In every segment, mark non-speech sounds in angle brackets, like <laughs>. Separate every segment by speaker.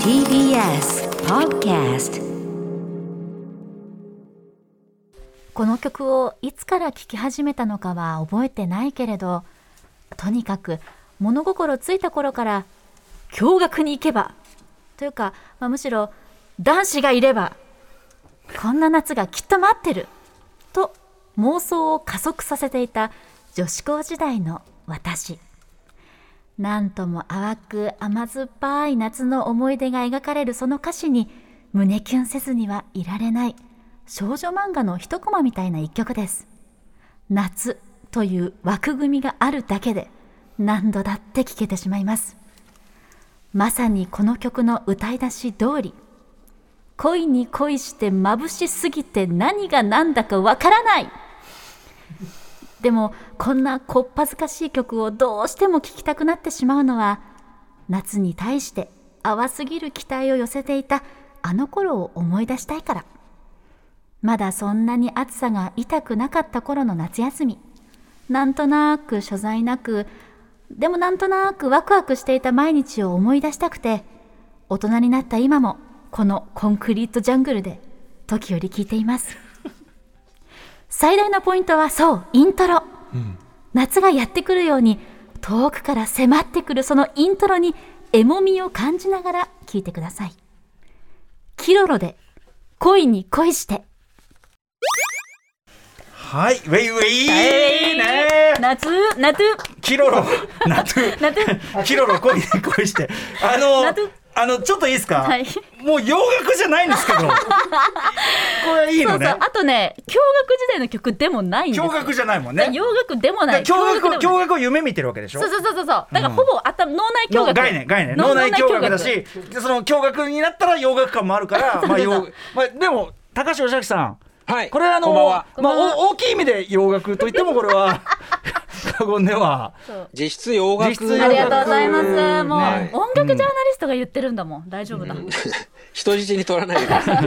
Speaker 1: TBS Podcast
Speaker 2: この曲をいつから聴き始めたのかは覚えてないけれどとにかく物心ついた頃から驚愕に行けばというか、まあ、むしろ男子がいればこんな夏がきっと待ってると妄想を加速させていた女子校時代の私なんとも淡く甘酸っぱい夏の思い出が描かれるその歌詞に胸キュンせずにはいられない少女漫画の一コマみたいな一曲です夏という枠組みがあるだけで何度だって聴けてしまいますまさにこの曲の歌い出し通り恋に恋して眩しすぎて何が何だかわからないでもこんなこっぱずかしい曲をどうしても聴きたくなってしまうのは夏に対して淡すぎる期待を寄せていたあの頃を思い出したいからまだそんなに暑さが痛くなかった頃の夏休みなんとなく所在なくでもなんとなくワクワクしていた毎日を思い出したくて大人になった今もこのコンクリートジャングルで時折聴いています最大のポイントはそうイントロ、夏がやってくるように遠くから迫ってくるそのイントロにエモみを感じながら聴いてくださいキロロで恋に恋して
Speaker 3: はい、ウェイウェイ、ねえ
Speaker 2: 夏夏
Speaker 3: キロロ、ナトゥ、
Speaker 2: 夏
Speaker 3: キロロ恋に恋して、あの
Speaker 2: ナトゥ、
Speaker 3: あのちょっといいですか、
Speaker 2: はい
Speaker 3: もう洋楽じゃないんですけど、これいい
Speaker 2: そ
Speaker 3: の
Speaker 2: うそう
Speaker 3: ね
Speaker 2: あ、とね驚愕時代の曲でもないんです
Speaker 3: 驚愕じゃないもんね。
Speaker 2: 洋楽でもない
Speaker 3: 驚
Speaker 2: でも
Speaker 3: 愕
Speaker 2: な
Speaker 3: を
Speaker 2: い
Speaker 3: 驚愕を夢見てるわけでしょ
Speaker 2: そうそうそうそうそうだからほぼ頭脳内驚
Speaker 3: の
Speaker 2: 愕
Speaker 3: 概念概念
Speaker 2: の
Speaker 3: 脳内驚愕だ
Speaker 2: 脳
Speaker 3: しでその驚愕になったら洋楽感もあ
Speaker 2: <laughs>
Speaker 3: るからまあ洋まあでも高橋義明さん
Speaker 4: はい
Speaker 3: これあの
Speaker 4: こんばんは
Speaker 3: まあお大きい意味で洋楽と言ってもこれ
Speaker 2: <laughs>
Speaker 3: は過言では
Speaker 4: 実質洋楽
Speaker 3: 実質洋
Speaker 2: あ
Speaker 3: 楽
Speaker 2: りがとうございますもう、
Speaker 3: ね
Speaker 2: 音楽ジャーナリストが言ってるんだもん大丈夫だ、
Speaker 4: 人質に取らないでください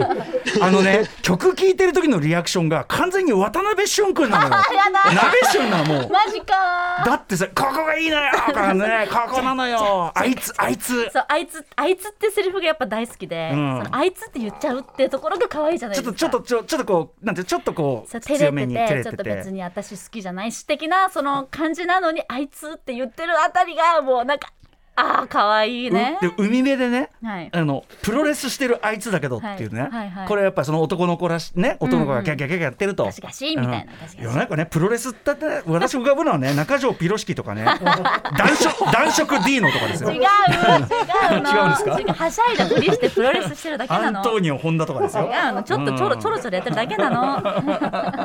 Speaker 3: あのね曲聴いてる時のリアクションが完全に渡辺俊君なのよ <laughs> 鍋俊なの
Speaker 2: <laughs>
Speaker 3: もう
Speaker 2: マジか
Speaker 3: だってさここがいいのよとかねここなのよあいつあいつ
Speaker 2: ーそうあいつあいつってセリフがやっぱ大好きで、
Speaker 3: うん
Speaker 2: そのあいつって言っちゃうってところが可愛いじゃない
Speaker 3: ち
Speaker 2: で
Speaker 3: ょっ
Speaker 2: す
Speaker 3: と
Speaker 2: か
Speaker 3: ちょっとちょちょっとこうなんてちょっとこ
Speaker 2: そう
Speaker 3: う
Speaker 2: 照
Speaker 3: 強
Speaker 2: れ
Speaker 3: め
Speaker 2: て
Speaker 3: に
Speaker 2: て
Speaker 3: 照れ
Speaker 2: ちょってと別
Speaker 3: て
Speaker 2: に私好きじゃないし的なその感じなのにあいつって言ってるあたりがもうなんかああ可愛いうね
Speaker 3: で海辺でね
Speaker 2: はい
Speaker 3: あのプロレスしてるあいつだけどっていうね、
Speaker 2: はいはいはい
Speaker 3: これやっぱその男の子らしね男の子がキャッキャッキャッキャやってると、
Speaker 2: ガシガシみたいな
Speaker 3: うん
Speaker 2: ガシガシ
Speaker 3: 世の中ねプロレスだって、ね、私浮かぶのはね中条ピロシキとか
Speaker 2: <laughs>
Speaker 3: ね男色男色 D のとかですよ
Speaker 2: 違う違うの
Speaker 3: 違うんですか
Speaker 2: 違はしゃいだふりしてプロレスしてるだけ
Speaker 3: ア
Speaker 2: な
Speaker 3: ン
Speaker 2: の
Speaker 3: トニオ本田とかです
Speaker 2: 違
Speaker 3: よ
Speaker 2: うのちょっとちょろちょろちょろやってるだけなの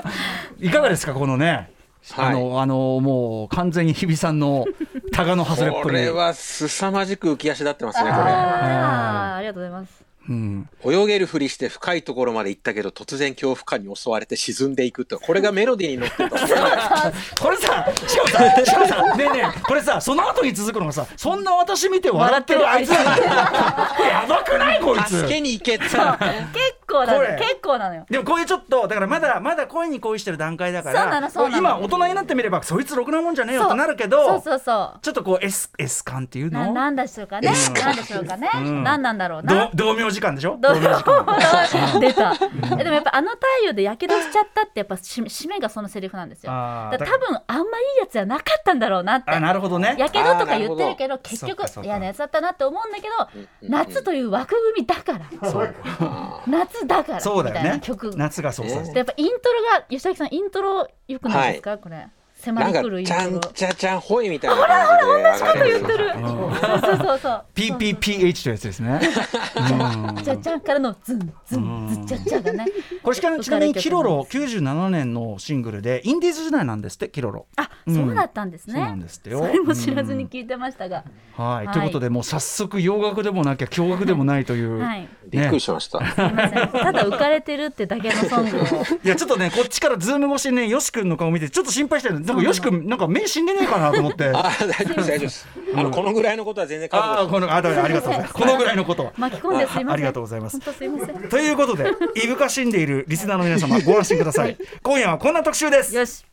Speaker 3: いかがですかこのね、
Speaker 4: はい
Speaker 3: あのあのもう完全に日比さんのタガの外れっ
Speaker 4: こ
Speaker 3: ぷり
Speaker 4: れは凄まじく浮き足立ってますね
Speaker 2: あーありがとうございます
Speaker 3: うん、
Speaker 4: これ泳げるふりして深いところまで行ったけど突然恐怖感に襲われて沈んでいくってこれがメロディーに乗ってるとは思わない
Speaker 3: これさしかもさしかもさねえねえこれさその後に続くのがさそんな私見て笑ってるあいつだなこれやばくないこいつ
Speaker 4: 助けに行け
Speaker 3: <laughs>
Speaker 4: って
Speaker 2: 結構なの
Speaker 3: これ
Speaker 2: 結構なのよ
Speaker 3: でもこういうちょっとだからまだまだ恋に恋してる段階だか
Speaker 2: そうな
Speaker 3: ら
Speaker 2: のそうなの
Speaker 3: 今大人になってみればそいつろくなもんじゃねえよ
Speaker 2: そう
Speaker 3: となるけど
Speaker 2: そうそうそ
Speaker 3: ちょっとこう S, S 感っていう
Speaker 2: うな
Speaker 3: の
Speaker 2: なんでしょうかねなんでしょうかねなんなんだろうな
Speaker 3: ど同名時間でしょ
Speaker 2: どう
Speaker 3: 同名時
Speaker 2: <laughs>
Speaker 3: 間
Speaker 2: 出たえでもやっぱあの太陽でやけどしちゃったってやっぱし締めがそのセリフなんですよ
Speaker 3: あー
Speaker 2: だから多分あんまいいやつじゃなかったんだろうなって
Speaker 3: あなるほどね
Speaker 2: やけどとか言ってるけど結
Speaker 3: そうかそう
Speaker 2: 局
Speaker 3: か
Speaker 2: 嫌なやつだったなって思うんだけど夏という枠組みだから
Speaker 3: そう
Speaker 2: 夏だから
Speaker 3: そう
Speaker 2: み
Speaker 3: だ
Speaker 2: た
Speaker 3: よ
Speaker 2: いな
Speaker 3: ね
Speaker 2: 曲で
Speaker 3: 夏がそうさせて
Speaker 2: やっぱイントロが吉崎さんイントロよくないですかこれ迫
Speaker 4: なん
Speaker 2: り
Speaker 4: か
Speaker 2: くるイン
Speaker 4: ち
Speaker 2: ト
Speaker 4: ゃん
Speaker 2: ロ
Speaker 4: ちゃちゃんほいみたいな感じで
Speaker 2: こと
Speaker 4: 上
Speaker 2: 言っ
Speaker 4: が
Speaker 2: て
Speaker 4: る
Speaker 2: るそうそうそうそう
Speaker 3: PPPH というやつですね
Speaker 2: ちゃちゃんからのズンズンズッチャッチャがね
Speaker 3: これしかちなみにキロロ97年のシングルでインディーズ時代なんですってキロロ
Speaker 2: あ
Speaker 3: うん
Speaker 2: そうだったんです
Speaker 3: そうな
Speaker 2: ね
Speaker 3: んですってよ
Speaker 2: それも知らずに聞いてましたが
Speaker 3: は
Speaker 2: は
Speaker 3: い、
Speaker 2: い
Speaker 3: ということでもう早速洋楽でもなきゃ驚愕でもないという、
Speaker 2: はい
Speaker 4: びっくりしました
Speaker 2: すいませんただ浮かれてるってだけのソングを
Speaker 3: いやちょっとねこっちからズーム越しにねよし君の顔見てちょっと心配してるなんかよし君なんか目死んでねえかなと思って
Speaker 4: あ
Speaker 3: あ
Speaker 4: ー大丈夫です大丈夫ですあのこのぐらいのことは全然覚悟
Speaker 3: あーこのあだめだありがとうございますこのぐらいのことは
Speaker 2: 巻き込んですいません
Speaker 3: ありがとうございま
Speaker 2: 本
Speaker 3: す
Speaker 2: 当すいません
Speaker 3: ということでいぶかしんでいるリスナーの皆様ご安心ください今夜はこんな特集です
Speaker 2: よし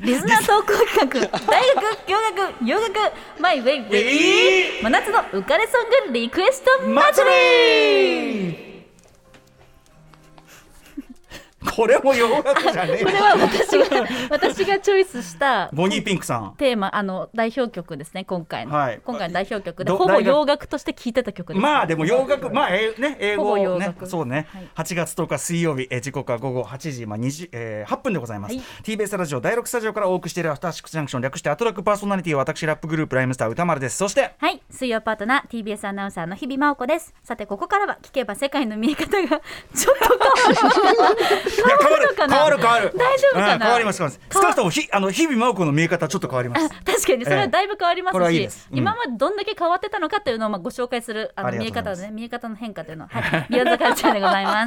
Speaker 2: リスナー投稿企画大学教学洋楽マイウェイウェイ真夏の浮かれソングリクエスト祭り <laughs>
Speaker 3: これも洋楽じゃね
Speaker 2: これは私が私がチョイスした
Speaker 3: ボニーピンクさん
Speaker 2: テーマあの代表曲ですね今回の、
Speaker 3: はい
Speaker 2: 今回の代表曲で
Speaker 3: ど
Speaker 2: ほぼ
Speaker 3: 大学
Speaker 2: 洋楽として聴いてた曲です、
Speaker 3: まあでも洋楽まあえーね英語
Speaker 2: ほぼ洋
Speaker 3: をね
Speaker 2: 楽
Speaker 3: そうね、
Speaker 2: はい
Speaker 3: 8月10日水曜日えー時刻は午後8時まあ20えー8分でございます、
Speaker 2: はい
Speaker 3: TBS ラジオ第6スタジオからお送りしているアフターシックスジャンクション略してアトラックパーソナリティは私ラップグループライムスター歌丸ですそして
Speaker 2: はい水曜パートナー TBS アナウンサーの日々真央子ですさてここからは聞けば世界の見え方が <laughs> ちょっと変わる
Speaker 3: いや変わる
Speaker 2: 変
Speaker 3: 変
Speaker 2: わ
Speaker 3: わ
Speaker 2: る
Speaker 3: る
Speaker 2: のかな
Speaker 3: 変わる
Speaker 2: 大丈夫かな
Speaker 3: うん変わります変わります少なくともひあの日々真央子の見え方ちょっと変わります
Speaker 2: 確かにそれはだいぶ変わりま
Speaker 3: ええこれ
Speaker 2: す
Speaker 3: はい
Speaker 2: し、
Speaker 3: いですうん
Speaker 2: 今までどんだけ変わってたのかというのをまあご紹介するあ
Speaker 3: あ
Speaker 2: の
Speaker 3: りが
Speaker 2: 見
Speaker 3: と
Speaker 2: え方の
Speaker 3: うございます
Speaker 2: ね見え方の変化というのは、はい、宮坂ちゃんでござい
Speaker 4: <laughs>
Speaker 2: ます。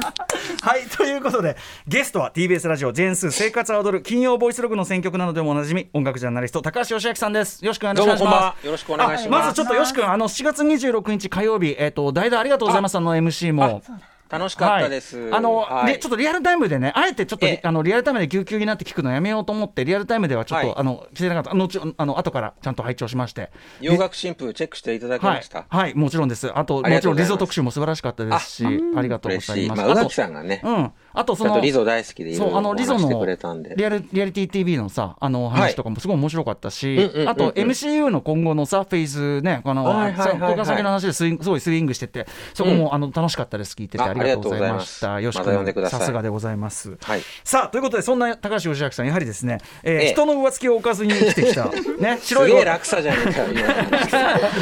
Speaker 3: はいということでゲストは TBS ラジオ「ジェーンスー生活は踊る」金曜ボイスログの選曲などでもおなじみ音楽ジャーナリスト高橋義明さんですよろしくお願いし
Speaker 4: どう
Speaker 3: ま
Speaker 4: も
Speaker 3: す
Speaker 4: こんばんは。よろしくお願いし
Speaker 3: あ
Speaker 4: ます。
Speaker 3: まずちょっとよし君あの7月26日火曜日えっ、と代打ありがとうございますあの MC も
Speaker 4: 楽しかったです。
Speaker 3: はいあの、
Speaker 4: はい
Speaker 3: でちょっとリアルタイムでねあえてちょっとリ、
Speaker 4: ええ
Speaker 3: あのリアルタイムでぎゅうぎゅうになって聞くのやめようと思ってリアルタイムではちょっと、
Speaker 4: はい
Speaker 3: あの聞いてなかったあのちょあの後からちゃんと拝聴しまして
Speaker 4: 洋楽新風チェックしていただき
Speaker 3: は
Speaker 4: ま
Speaker 3: い
Speaker 4: した。、
Speaker 3: はい、もちろんですあと
Speaker 4: あり
Speaker 3: も
Speaker 4: が
Speaker 3: ち
Speaker 4: とう
Speaker 3: ろん
Speaker 4: ございます
Speaker 3: リゾ特集も素晴らしかったですしありがとうご
Speaker 4: 嬉
Speaker 3: ざい
Speaker 4: しい。
Speaker 3: ま
Speaker 4: ますあ、宇
Speaker 3: あ
Speaker 4: 垣さんがね、
Speaker 3: とうんあとそ
Speaker 4: ちゃん
Speaker 3: の
Speaker 4: とリゾ大好きでい
Speaker 3: そ
Speaker 4: ろい
Speaker 3: あ
Speaker 4: うろ
Speaker 3: の
Speaker 4: お
Speaker 3: リ
Speaker 4: 話
Speaker 3: ゾ
Speaker 4: して
Speaker 3: の
Speaker 4: くれたんで。
Speaker 3: リアルリアリティ TV のさあのお
Speaker 4: は
Speaker 3: 話
Speaker 4: い
Speaker 3: とかもすごい面白かったし、
Speaker 4: うんうんうん
Speaker 3: あと MCU の今後のさフェーズねこの
Speaker 4: はいはいはいはい
Speaker 3: さここから先の話ですすごいスイングしててそこもあの楽しかったです聞いてて
Speaker 4: あ
Speaker 3: ありがとうございまし
Speaker 4: あ
Speaker 3: た
Speaker 4: りが
Speaker 3: よ
Speaker 4: と
Speaker 3: し
Speaker 4: うございますまた呼んでく
Speaker 3: 君
Speaker 4: ださい
Speaker 3: さすがでございます。
Speaker 4: はい。
Speaker 3: さあということでそんな高橋義明さんやはりですね、えー
Speaker 4: ええ
Speaker 3: 人の浮つきを置かずに生きてき
Speaker 4: <laughs>
Speaker 3: たね
Speaker 4: す
Speaker 3: 白い
Speaker 4: げ
Speaker 3: ご
Speaker 4: え落差じゃねえかよ。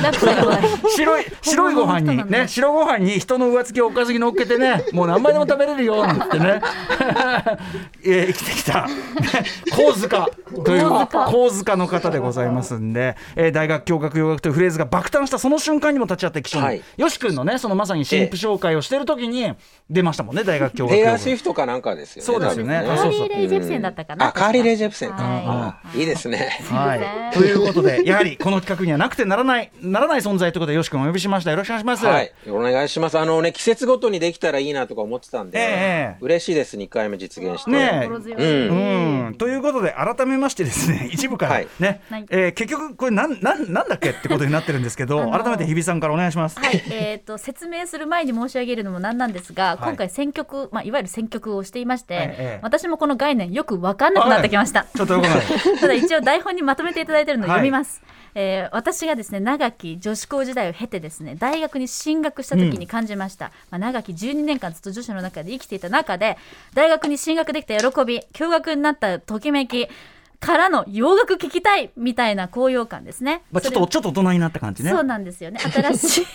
Speaker 2: 楽さんごめん
Speaker 4: <laughs>
Speaker 3: 白い白い
Speaker 2: 本物の人
Speaker 3: ご飯
Speaker 2: な
Speaker 3: に
Speaker 2: んだ
Speaker 3: ね白ご飯に人の浮つきをおかずに乗っけて
Speaker 4: <laughs>
Speaker 3: ねもう何杯でも食べれるよなんてね、 <laughs> えー生きてきたね神塚という
Speaker 2: 神塚
Speaker 3: 神塚の方でございますんで、えー大学教学洋楽というフレーズが爆誕したその瞬間にも立ち会ってきそうに、
Speaker 4: はい
Speaker 3: よし君のねそのまさに新婦紹介をしてる時に出ましたもんね大学教
Speaker 4: 今
Speaker 3: 学
Speaker 4: テイ
Speaker 3: 洋
Speaker 4: ラー・スウィ
Speaker 3: 楽。
Speaker 4: フトかなんかですよね。
Speaker 3: そうですよね
Speaker 4: 多分
Speaker 2: カ
Speaker 3: あそう
Speaker 2: ー
Speaker 3: そう
Speaker 2: リー・レイ・ジェプセンだったかな。
Speaker 4: あ、カーリー・レイ・ジェプセン
Speaker 2: は
Speaker 4: か。あいいですね。
Speaker 3: はい、ということでやはりこの企画にはなくてならないならない存在ということでよし君お呼びしましたよろしくお願いします。
Speaker 4: はい、お願いします。あのね、季節ごとにできたらいいなとか思ってたんで、
Speaker 3: ええ
Speaker 4: 嬉しいです、2回目実現して。
Speaker 3: ねえ
Speaker 2: 心強い。
Speaker 4: うん
Speaker 3: うん、ということで改めましてですね一部から
Speaker 4: はい
Speaker 3: ね、
Speaker 2: はい
Speaker 3: えー結局これなんなんなんだっけってことになってるんですけど、
Speaker 2: あのー
Speaker 3: 改めて日比さんからお願いします。
Speaker 2: はい、えー、と説明する前に申し上げるのもなんなんですが、
Speaker 3: はい
Speaker 2: 今回選曲、まあ、いわゆる選曲をしていまして、
Speaker 3: ええ
Speaker 2: 私もこの概念よく分かんなくなってきました、
Speaker 3: ちょっとよく
Speaker 2: <laughs>
Speaker 3: ない。
Speaker 2: ただ一応台本にまとめていただいてるので
Speaker 3: はい
Speaker 2: 読みます、えー私がですね長き女子校時代を経てですね大学に進学した時に感じました、まあ、長き12年間ずっと女子の中で生きていた中で大学に進学できた喜び共学になったときめきからの洋楽聴きたいみたいな高揚感ですね、
Speaker 3: まあちょっとちょっと大人になった感じね。
Speaker 2: そうなんですよね。新しい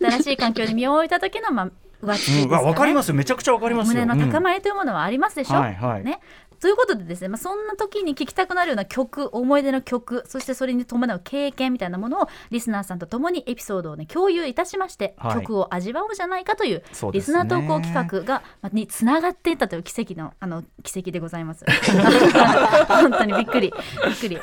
Speaker 3: <laughs>
Speaker 2: 新しい環境に身を置いた時のまあ浮つきです。
Speaker 3: うん、わわかりますすよめちゃくちゃわかりますよ。
Speaker 2: 胸の高
Speaker 3: うん
Speaker 2: まりというものはありますでしょ。
Speaker 3: うんはいはい
Speaker 2: ね。ということでですね、まあ、そんな時に聴きたくなるような曲思い出の曲そしてそれに伴う経験みたいなものをリスナーさんと共にエピソードを、ね、共有いたしまして、
Speaker 3: はい
Speaker 2: 曲を味わおうじゃないかという
Speaker 3: そう
Speaker 2: リ
Speaker 3: で
Speaker 2: ス
Speaker 3: すね
Speaker 2: ナー投稿企画が、まあ、につながっていたという奇跡のあの奇跡でござい
Speaker 3: <laughs>
Speaker 2: ます。本当にびっくりびっくり。で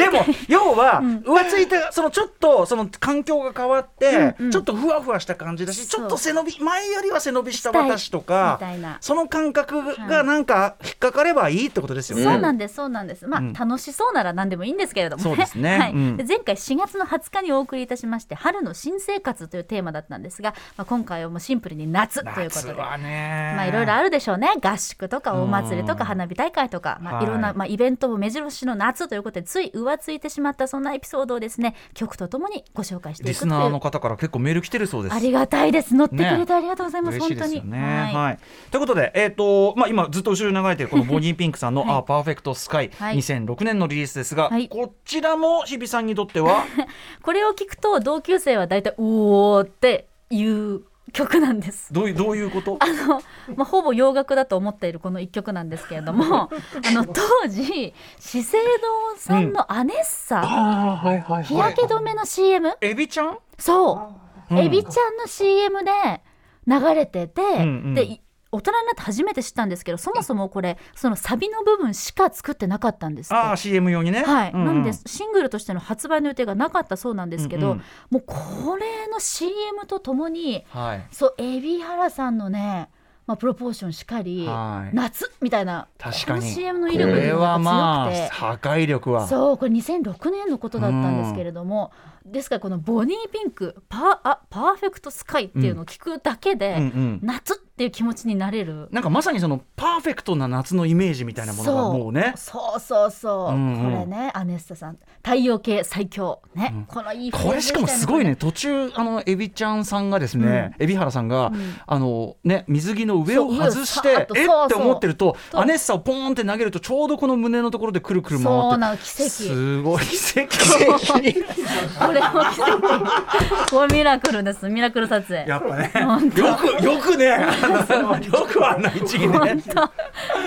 Speaker 3: で
Speaker 2: <laughs>
Speaker 3: も要は、
Speaker 2: うん
Speaker 3: 浮ついてそのちょっとその環境が変わって、
Speaker 2: うんうん
Speaker 3: ちょっとふわふわした感じだしち
Speaker 2: そう
Speaker 3: ょっと背伸び前よりは背伸びした私とか
Speaker 2: したいみたいな
Speaker 3: その感覚がなんか引っかかればいいってことですよね。
Speaker 2: そうなんです、そうなんです。まあ、
Speaker 3: うん
Speaker 2: 楽しそうなら何でもいいんですけれども、
Speaker 3: そうですね
Speaker 2: はい、
Speaker 3: うん
Speaker 2: で前回4月の20日にお送りいたしまして、春の新生活というテーマだったんですが、まあ、今回はもうシンプルに夏ということで。
Speaker 3: 夏はね
Speaker 2: まあいろいろあるでしょうね合宿とかお祭りとか
Speaker 3: うん
Speaker 2: 花火大会とか、まあ、
Speaker 3: はい
Speaker 2: いろんな、まあ、イベントも目白押しの夏ということでつい浮ついてしまったそんなエピソードをですね曲とともにご紹介してい
Speaker 3: リ
Speaker 2: くと
Speaker 3: ス
Speaker 2: い
Speaker 3: ナー
Speaker 2: う
Speaker 3: の方から結構メール来てるそうです。
Speaker 2: ありがたいです乗ってくれ
Speaker 3: ね
Speaker 2: てありがとうございます、
Speaker 3: 嬉しい
Speaker 2: 本
Speaker 3: で
Speaker 2: 当
Speaker 3: す
Speaker 2: に
Speaker 3: よね。
Speaker 2: は
Speaker 3: はいい、ということで、えっ、と、まあ、今ずっと後ろに流れているこ
Speaker 2: <laughs>
Speaker 3: のボニーピンクさんの、あ、パーフェクトスカイ。
Speaker 2: はい
Speaker 3: 2006年のリリースですが、
Speaker 2: はい
Speaker 3: こちらも日比さんにとっては。
Speaker 2: これを聞くと同級生は大体「おお」っていう曲なんです。
Speaker 3: どう
Speaker 2: <laughs>
Speaker 3: いう、どういうこと。
Speaker 2: あのまあ、ほぼ洋楽だと思っているこの一曲なんですけれど
Speaker 3: <laughs>
Speaker 2: もあの当時資生堂さんのアネッサ、
Speaker 4: ああ、はいはい
Speaker 2: 日焼け止めの CM、
Speaker 3: エビちゃん。
Speaker 2: そう、
Speaker 3: うん
Speaker 2: エビちゃんの CM で流れてて、
Speaker 3: うん
Speaker 2: でい大人になって初めて知ったんですけどそもそもこれそのサビの部分しか作ってなかったんですって
Speaker 3: ああ、CM 用にね。
Speaker 2: はい、
Speaker 3: うんうん
Speaker 2: なんでシングルとしての発売の予定がなかったそうなんですけど、
Speaker 3: うんうん
Speaker 2: もうこれの CM とともに
Speaker 3: はい。
Speaker 2: そう海老原さんのねまあ、プロポーションしかり、
Speaker 3: はい
Speaker 2: 夏みたいな
Speaker 3: 確
Speaker 2: こ
Speaker 3: か
Speaker 2: の
Speaker 3: に
Speaker 2: CM の威
Speaker 3: こ
Speaker 2: 力が強くて
Speaker 3: れはまあ破壊力は
Speaker 2: そうこれ2006年のことだったんですけれども、ですからこのボニーピンクパーあパーフェクトスカイっていうのを聞くだけで、
Speaker 3: うんうん
Speaker 2: 夏っていう気持ちになれる。
Speaker 3: なんかまさにそのパーフェクトな夏のイメージみたいなものがもうね
Speaker 2: そうそうそう、
Speaker 3: うんうん
Speaker 2: これねアネスタさん太陽系最強ね、このいいフレーズ
Speaker 3: これしかもすごいね途中あのエビちゃんさんがですね、海老原さんが、あのね水着の上を外し
Speaker 2: そう上をさーってと
Speaker 3: えっ
Speaker 2: そう
Speaker 3: って
Speaker 2: そう
Speaker 3: 思ってると
Speaker 2: そう
Speaker 3: アネッサをポーンって投げるとちょうどこの胸のところでくるくる回って
Speaker 2: そうなの奇跡
Speaker 3: すごい奇跡
Speaker 2: これも奇跡これミラクルですミラクル撮影
Speaker 3: <laughs> やっぱねよくよくね <laughs> あのよくあんな一撃で
Speaker 2: 本
Speaker 3: ね
Speaker 2: 当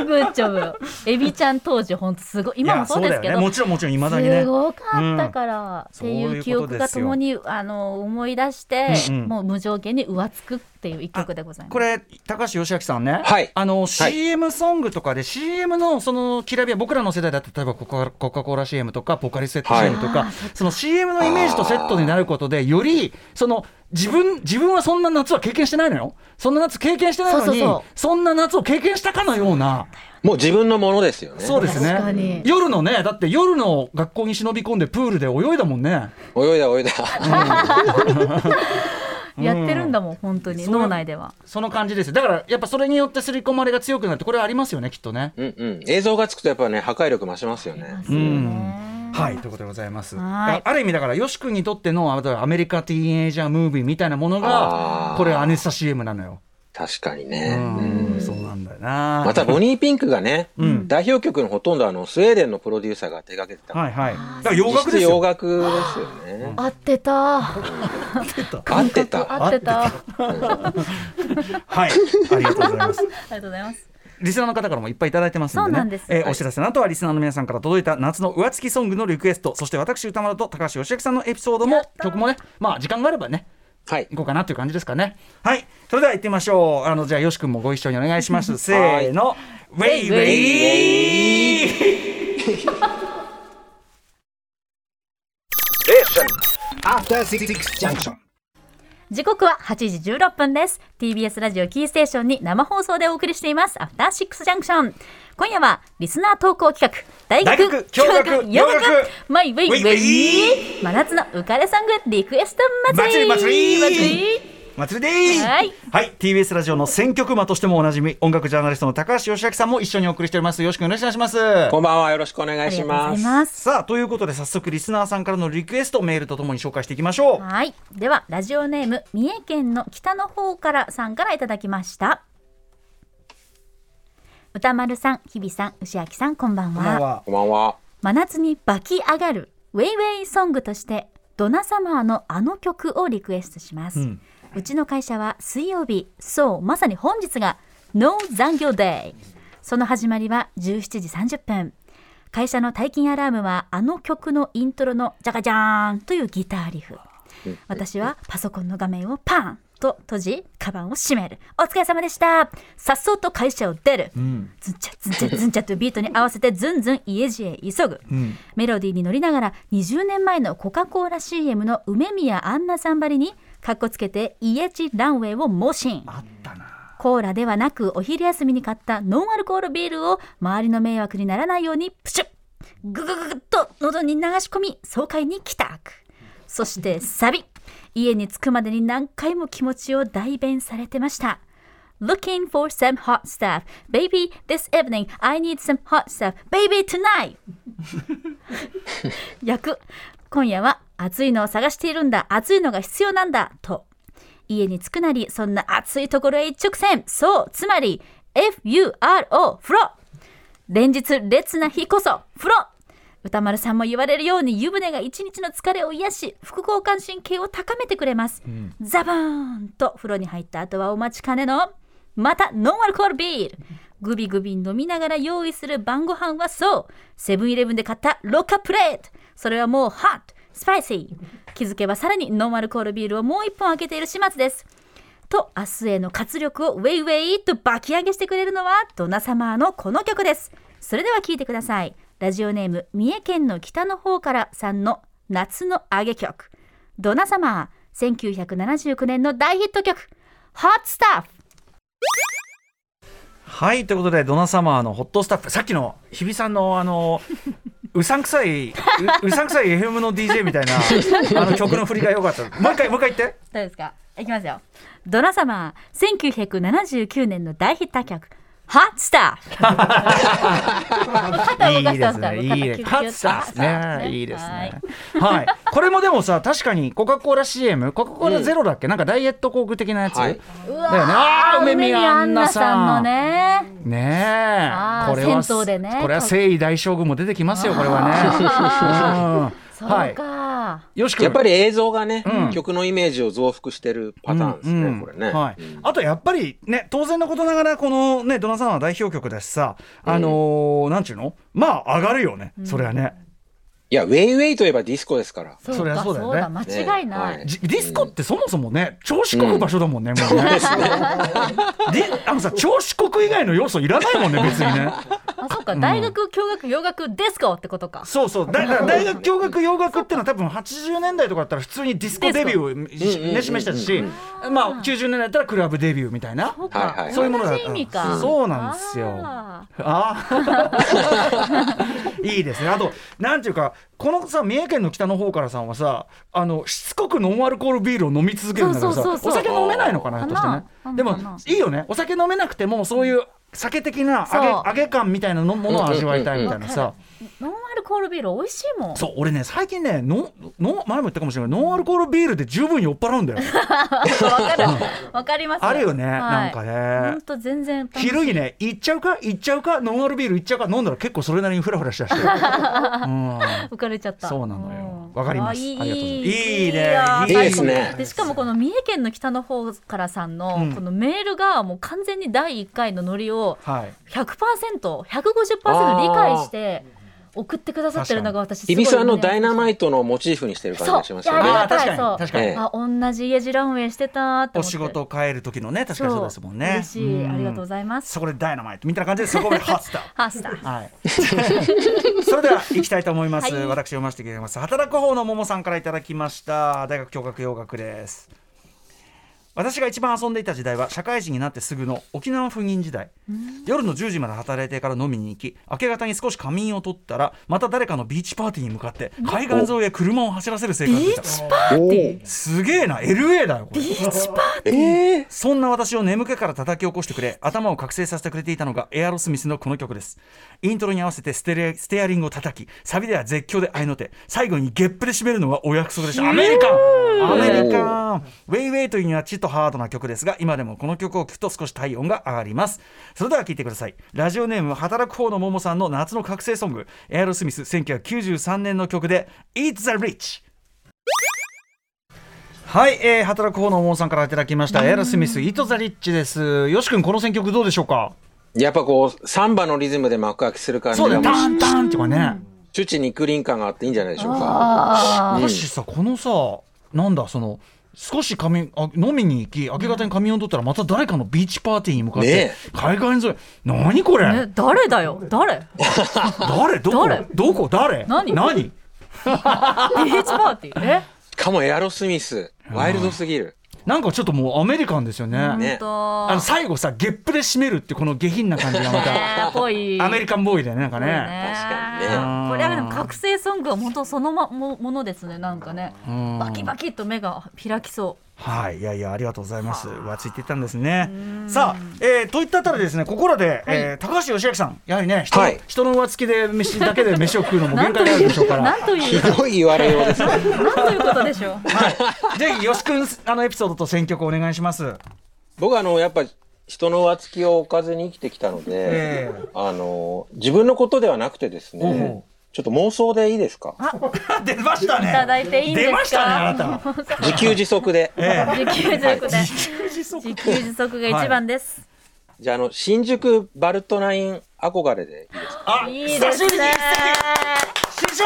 Speaker 2: グッジョブよエビちゃん当時本当すごい今もそうですけ
Speaker 3: いやそうだよ
Speaker 2: ど
Speaker 3: ねもちろんもちろんいまだにね
Speaker 2: すごかったから、っていう記憶がと
Speaker 3: そういう
Speaker 2: も
Speaker 3: こと
Speaker 2: にあの思い出して、
Speaker 3: うんうん
Speaker 2: もう無条件に浮つくっていう一曲でございます。
Speaker 3: これ高橋義明さんね、
Speaker 4: はい
Speaker 3: あの
Speaker 4: はい
Speaker 3: CM ソングとかで CM のそのきらびや僕らの世代だと例えばコカコカ・コーラ CM とかポカリスエット
Speaker 4: はい
Speaker 3: CM とか、その CM のイメージとセットになることでよりその自分自分はそんな夏は経験してないのよそんな夏経験してないのに
Speaker 2: そ
Speaker 3: そう
Speaker 2: そうそ
Speaker 3: んな夏を経験したかのような
Speaker 4: もう自分のものですよね。
Speaker 3: そうです
Speaker 2: 確かに
Speaker 3: ね夜のねだって夜の学校に忍び込んでプールで泳いだもんね
Speaker 4: 泳いだ泳いだ。
Speaker 2: やってるんだもん、本当に
Speaker 3: そう
Speaker 2: 脳内では。
Speaker 3: その感じですよだからやっぱそれによって刷り込まれが強くなるってこれはありますよねきっとね。
Speaker 4: うんうん。映像がつくとやっぱね、破壊力増しますよね。
Speaker 2: そうね
Speaker 3: はい、ということでございます。だ
Speaker 2: はい
Speaker 3: からある意味だから、よし君にとっての、あのアメリカティーンエイジャームービーみたいなものが
Speaker 4: あ、ー
Speaker 3: これ、アネッサ CM なのよ。
Speaker 4: 確かに
Speaker 3: う
Speaker 4: ね。
Speaker 3: ん、そうなんだよな。
Speaker 4: また、ボニーピンクがね、
Speaker 3: ん
Speaker 4: 代表曲のほとんどあの、スウェーデンのプロデューサーが手掛けてた。
Speaker 3: はいはい。だから洋楽
Speaker 4: 実
Speaker 3: で
Speaker 4: 質
Speaker 3: す
Speaker 4: 洋
Speaker 3: よ。
Speaker 4: 楽ですよね。
Speaker 2: 合ってた。
Speaker 4: 合ってた。
Speaker 2: 合ってた。 <laughs> あ
Speaker 3: はい。ありがとうございます。
Speaker 2: りがとうございます。
Speaker 3: リスナーの方からもいっぱいいただいてますん
Speaker 2: そ
Speaker 3: でね。
Speaker 2: うなんです
Speaker 3: えーお知らせの後は、リスナーの皆さんから届いた夏の浮つきソングのリクエスト、そして私、歌丸と高橋義明さんのエピソードも、曲もね、まあ、時間があればね、
Speaker 4: はい
Speaker 3: 行。こうかなという感じですかね。はい。それでは行ってみましょう。あの、じゃあ、よし君もご一緒にお願いします。せーの。ウェイウェイ
Speaker 2: 時刻は8時16分です。TBS ラジオキーステーションに生放送でお送りしています。アフターシックスジャンクション。今夜はリスナー投稿企画、大学、
Speaker 3: 大学共学
Speaker 2: 洋
Speaker 3: 洋
Speaker 2: 楽
Speaker 3: 楽、
Speaker 2: マイウェイウ
Speaker 3: ウェ
Speaker 2: ェ
Speaker 3: イ
Speaker 2: イ、真夏の浮かれソングリクエスト祭り
Speaker 3: 祭り祭り
Speaker 2: 祭り
Speaker 3: 祭りでーす
Speaker 2: はい、
Speaker 3: TBS ラジオの選曲魔としてもおなじみ音楽ジャーナリストの高橋義明さんも一緒にお送りしておりますよろしくお願いします
Speaker 4: <laughs> こんばんは。よろしくお願
Speaker 2: あ
Speaker 4: い
Speaker 2: り
Speaker 4: し
Speaker 2: がとうご
Speaker 4: ま
Speaker 2: ざい
Speaker 4: す。
Speaker 2: ます。
Speaker 3: さあということで早速リスナーさんからのリクエストメールとともに紹介していきましょう
Speaker 2: はい、ではラジオネーム三重県の北の方からさんからいただきました。歌丸さん、日比さん、牛明さん、こんばんは。
Speaker 4: こんばんは。
Speaker 2: 真夏にバキ上がるウェイウェイソングとしてドナサマーのあの曲をリクエストします、うちの会社は水曜日そうまさに本日がノー残業デイその始まりは17時30分会社の退勤アラームはあの曲のイントロのジャカジャーンというギターリフ私はパソコンの画面をパンと閉じカバンを閉めるお疲れ様でしたさっそうと会社を出る、ズンチャズンチャズンチャというビートに合わせてズンズン家路へ急ぐ、メロディーに乗りながら20年前のコカ・コーラ CM の梅宮アンナさんばりにかっこつけて家路ランウェイを猛進
Speaker 3: あったな
Speaker 2: コーラではなくお昼休みに買ったノンアルコールビールを周りの迷惑にならないようにプシュッググググッと喉に流し込み爽快に帰宅そしてサビ家に着くまでに何回も気持ちを代弁されてました Looking for some hot stuff Baby this evening I need some hot stuff Baby tonight <laughs> 役今夜は暑いのを探しているんだ暑いのが必要なんだと家に着くなりそんな暑いところへ一直線そうつまり FURO 風呂連日烈な日こそ風呂歌丸さんも言われるように湯船が一日の疲れを癒し副交感神経を高めてくれます、ザバーンと風呂に入った後はお待ちかねのまたノンアルコールビールグビグビ飲みながら用意する晩ご飯はそうセブンイレブンで買ったロカプレートそれはもうホットスパイシー気づけばさらにノンアルコールビールをもう一本開けている始末ですと明日への活力をウェイウェイとバキ上げしてくれるのはドナサマーのこの曲ですそれでは聴いてくださいラジオネーム三重県の北の方からさんの夏の上げ曲ドナサマー1979年の大ヒット曲 Hot Stuff
Speaker 3: はいということでドナサマーのホットスタッフさっきの日比さんのあ
Speaker 2: <laughs>
Speaker 3: のうさんくさいううさんくさい FM の DJ みたい
Speaker 2: <laughs>
Speaker 3: なあの曲の振りが良かったもう一回もう一回言って
Speaker 2: どうですかいきますよドナ様1979年の大ヒット曲ハッス
Speaker 3: <laughs>
Speaker 2: ター肩を動か
Speaker 3: いい
Speaker 2: し
Speaker 3: で
Speaker 2: た
Speaker 3: す
Speaker 2: んだ
Speaker 3: ねい
Speaker 2: 肩キュッキュ
Speaker 3: いね
Speaker 2: ッ
Speaker 3: カッサーねいいです
Speaker 2: はい
Speaker 3: ねはいこれもでもさ確かにコカ・コーラ CM コカ・コーラゼロだっけなんかダイエット工具的なやつ、
Speaker 4: はい
Speaker 2: だよね
Speaker 3: だよねあー梅宮アンナさん
Speaker 2: のね
Speaker 3: ね
Speaker 2: あー
Speaker 3: えこれは
Speaker 2: 銭湯でね
Speaker 3: これは誠意大将軍も出てきますよこ
Speaker 2: <laughs>
Speaker 3: れはね
Speaker 2: そう
Speaker 3: はい
Speaker 2: か、
Speaker 3: よし君
Speaker 4: やっぱり映像がね、
Speaker 3: うん
Speaker 4: 曲のイメージを増幅してるパターンですね、これね、
Speaker 3: はい、あとやっぱりね当然のことながらこのねドナさんは代表曲だしさあのーなんちゅうのまあ上がるよね、それはね
Speaker 4: いやウェイウェイといえばディスコですから
Speaker 2: そう
Speaker 3: そりゃ
Speaker 2: か
Speaker 3: そ
Speaker 2: そうう
Speaker 3: だ
Speaker 2: だ
Speaker 3: よね
Speaker 2: 間違いない、
Speaker 4: ねはい
Speaker 3: じディスコってそもそもね調子こく場所だもんね、もうねであのさ調子こく以外の要素いらない
Speaker 4: <laughs>
Speaker 3: もんね別にね
Speaker 2: あそうか大学共学洋楽ディスコってことか
Speaker 3: そうそうだだから大学教学洋楽っていうのは多分80年代とかだったら普通にディスコデビューし
Speaker 4: うんうんうん
Speaker 3: ね示したしまあ90年代だったらクラブデビューみたいな
Speaker 2: そう
Speaker 4: はいはい
Speaker 2: か
Speaker 4: はい
Speaker 3: そういうものだ
Speaker 2: 同
Speaker 3: っ
Speaker 2: じ意
Speaker 3: たんで
Speaker 2: 味
Speaker 3: す
Speaker 2: か
Speaker 3: そうなんですよ
Speaker 2: あ <laughs>
Speaker 3: ああいいですねあとなんていうかこのさ三重県の北の方からさんはさあのしつこくノンアルコールビールを飲み続けるんだけどさ
Speaker 2: そうそうそう
Speaker 3: お
Speaker 2: そう
Speaker 3: 酒飲めないのかなひょっとしてね
Speaker 2: かな
Speaker 3: で
Speaker 2: かな
Speaker 3: もいいよねお酒飲めなくてもそういう酒的な揚げ
Speaker 2: そう
Speaker 3: 揚げ感みたいなのものを味わいたいみたいなさ、
Speaker 2: ーノンアルコールビール美味しいもん
Speaker 3: そう俺ね最近ねノンノン前も言ったかもしれないノンアルコールビールで十分酔っ払うん
Speaker 2: <laughs>
Speaker 3: だよ
Speaker 2: わかる。わかります。
Speaker 3: あるよね、
Speaker 2: はい
Speaker 3: なんか。
Speaker 2: 本
Speaker 3: ね
Speaker 2: 当全然。
Speaker 3: 昼にね行っちゃうか行っちゃうかノンアルビール行っちゃうか飲んだら結構それなりにフラフラしだし
Speaker 2: <laughs>
Speaker 3: て、うん、
Speaker 2: 浮かれちゃった。
Speaker 3: そうなのよ
Speaker 2: ん
Speaker 3: わかります
Speaker 2: あいい
Speaker 3: ありがとうございますいいね
Speaker 2: や
Speaker 3: いい
Speaker 4: ですね
Speaker 2: 最高でしかもこの三重県の北の方からさん
Speaker 3: うん
Speaker 2: のこのメールがもう完全に第一回のノリを
Speaker 3: はい
Speaker 2: 100%、150%理解して送ってくださってるのが私すごい
Speaker 4: 日比さんのダイナ
Speaker 2: イ
Speaker 4: マイトのモチーフにしてる感じがしますよ
Speaker 2: そういや
Speaker 4: ね
Speaker 2: ありがたい
Speaker 3: あー確かに
Speaker 4: ええ
Speaker 2: あ、同じ家路ランウェイしてたって思って。
Speaker 3: お仕事を変える時のね確かにそうですもんね
Speaker 2: 嬉しい。ありがとうご
Speaker 3: い
Speaker 2: ざいま。
Speaker 3: ますそこでダイナマイトみたいな感じでそこでハスター
Speaker 2: <laughs> ハスター。
Speaker 3: はい、 <laughs> それでは行きたいと思います、
Speaker 2: はい
Speaker 3: 私読ませていただきます働く方のももさんからいただきました大学教学洋楽です私が一番遊んでいた時代は社会人になってすぐの沖縄赴任時代夜の10時まで働いてから飲みに行き明け方に少し仮眠を取ったらまた誰かのビーチパーティーに向かって海岸沿いへ車を走らせる生活でしたすげえな LA だよこれそんな私を眠気から叩き起こしてくれ頭を覚醒させてくれていたのがエアロスミスのこの曲ですイントロに合わせてステレステアリングを叩きサビでは絶叫で合いの手最後にゲップで締めるのがお約束でしたアメリカンアメリカンウェイウェイというにはちょっとハードな曲ですが今でもこの曲を聴くと少し体温が上がりますそれでは聴いてくださいラジオネーム働く方のももさんの夏の覚醒ソングエアロスミス1993年の曲で「It's the Rich」はい、えー、働く方のおもさんからいただきました、エアロスミス、イート・ザ・リッチです。よし君、この選曲どうでしょうか
Speaker 4: やっぱこうサンバのリズムで幕開けする感じ
Speaker 3: そうだ
Speaker 4: が
Speaker 3: よ、
Speaker 4: もう
Speaker 3: タンタンっていうかね。
Speaker 4: チュチ肉林感があっていいんじゃないでしょうか
Speaker 2: あ
Speaker 3: だしさ、このさ、なんだ、その、少し仮眠あ飲みに行き、明け方に仮眠を取ったら、また誰かのビーチパーティーに向かって、
Speaker 4: ね
Speaker 3: 海岸沿い、何こ
Speaker 2: ー。
Speaker 3: れ
Speaker 2: ね、誰だよ。誰。
Speaker 3: 誰どこ
Speaker 2: 誰
Speaker 3: どこ誰
Speaker 2: 何
Speaker 3: 何
Speaker 2: ビーチパーティー。え。
Speaker 4: しかもエアロスミスワイルドすぎる
Speaker 3: なんかちょっともうアメリカンですよね。
Speaker 4: ね
Speaker 3: あの
Speaker 2: 本
Speaker 3: 最後さ、ゲップで締めるって、この下品な感じがま
Speaker 2: <laughs> 当。
Speaker 3: た、
Speaker 2: ね、ぽい。
Speaker 3: アメリカンボーイだよね、なんか
Speaker 2: ぽい
Speaker 3: ね。
Speaker 4: 確か
Speaker 3: ね
Speaker 4: に
Speaker 2: これはでも覚醒ソングは本当そのまもものですね。なんかね。
Speaker 3: ん
Speaker 2: バキバキっと目が開きそ
Speaker 3: はい、いやいや、ありがとうございます。わついてたんですね。さあ、えーといったあたりですね、ここらで、えー高橋義明さん、やはりね、人の、
Speaker 4: はい
Speaker 3: 人の上付きで飯だけで飯を食う
Speaker 2: <laughs>
Speaker 3: のも限界があるでしょうか
Speaker 2: う。
Speaker 3: ら
Speaker 2: な。んとい
Speaker 4: ひ
Speaker 2: う。
Speaker 4: どい言われようですね
Speaker 2: なんということでしょう。
Speaker 3: はい、ぜひ、よし君、あのエピソードと選曲お願いします。
Speaker 4: 僕はあのやっぱ人の上付きを置かずに生きてきたので、
Speaker 3: ええ
Speaker 4: あの自分のことではなくてです
Speaker 3: お
Speaker 4: ね
Speaker 3: う
Speaker 4: ちょっと妄想でいいで
Speaker 3: <laughs>
Speaker 4: すか
Speaker 3: 出ましたね。
Speaker 2: いただいていいんですか
Speaker 3: 出ましたね、あなた。
Speaker 2: <laughs>
Speaker 4: 自給自足で、
Speaker 2: 自給自足で。
Speaker 3: 自足
Speaker 2: 自給自足が一番です。
Speaker 4: じゃああの新宿バルトナイン憧れでいいですか
Speaker 3: あ、
Speaker 2: い、いで
Speaker 3: 久し
Speaker 2: す
Speaker 3: ぶりに
Speaker 2: ね。
Speaker 3: 師匠。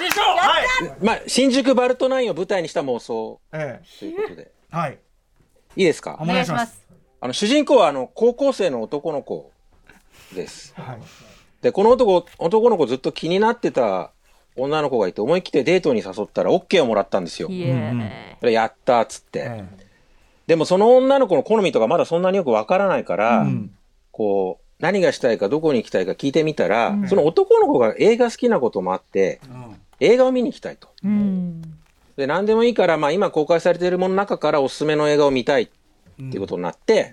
Speaker 3: 師匠。はい。
Speaker 4: まあ新宿バルトナインを舞台にした妄想
Speaker 3: え
Speaker 4: ということで
Speaker 3: えはい。
Speaker 4: いいです
Speaker 3: お
Speaker 4: か
Speaker 2: お
Speaker 3: 願
Speaker 2: 願
Speaker 3: い
Speaker 2: い
Speaker 3: し
Speaker 2: し
Speaker 3: ま。
Speaker 2: ますす。
Speaker 4: あの主人公はあの高校生の男の子です
Speaker 3: はい。
Speaker 4: でこの男男の子ずっと気になってた女の子がいて思い切ってデートに誘ったら OK をもらったんですよ
Speaker 2: い
Speaker 3: うんうん
Speaker 2: え。
Speaker 4: それやったっつって、
Speaker 3: え
Speaker 4: でもその女の子の好みとかまだそんなによくわからないから、
Speaker 3: ん
Speaker 4: こう、何がしたいかどこに行きたいか聞いてみたら、その男の子が映画好きなこともあって、映画を見に行きたいと。
Speaker 2: うん。
Speaker 4: で、何でもいいから、まあ今公開されているものの中からおすすめの映画を見たいっていうことになって、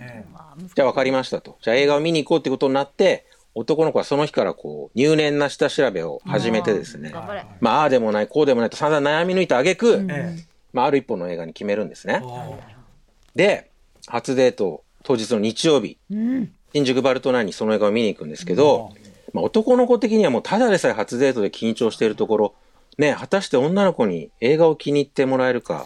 Speaker 4: じゃあ分かりましたと。じゃあ映画を見に行こうってことになって、男の子はその日からこう、入念な下調べを始めてですね。
Speaker 2: 頑張れ。
Speaker 4: まあ、ああでもない、こうでもないと散々悩み抜いた挙句、
Speaker 3: ええ
Speaker 4: まあ、ある一本の映画に決めるんですね。
Speaker 3: お
Speaker 4: で、初デート、当日の日曜日、新宿バルトナインにその映画を見に行くんですけど、まあ、男の子的にはもうただでさえ初デートで緊張しているところ、ね、果たして女の子に映画を気に入ってもらえるか、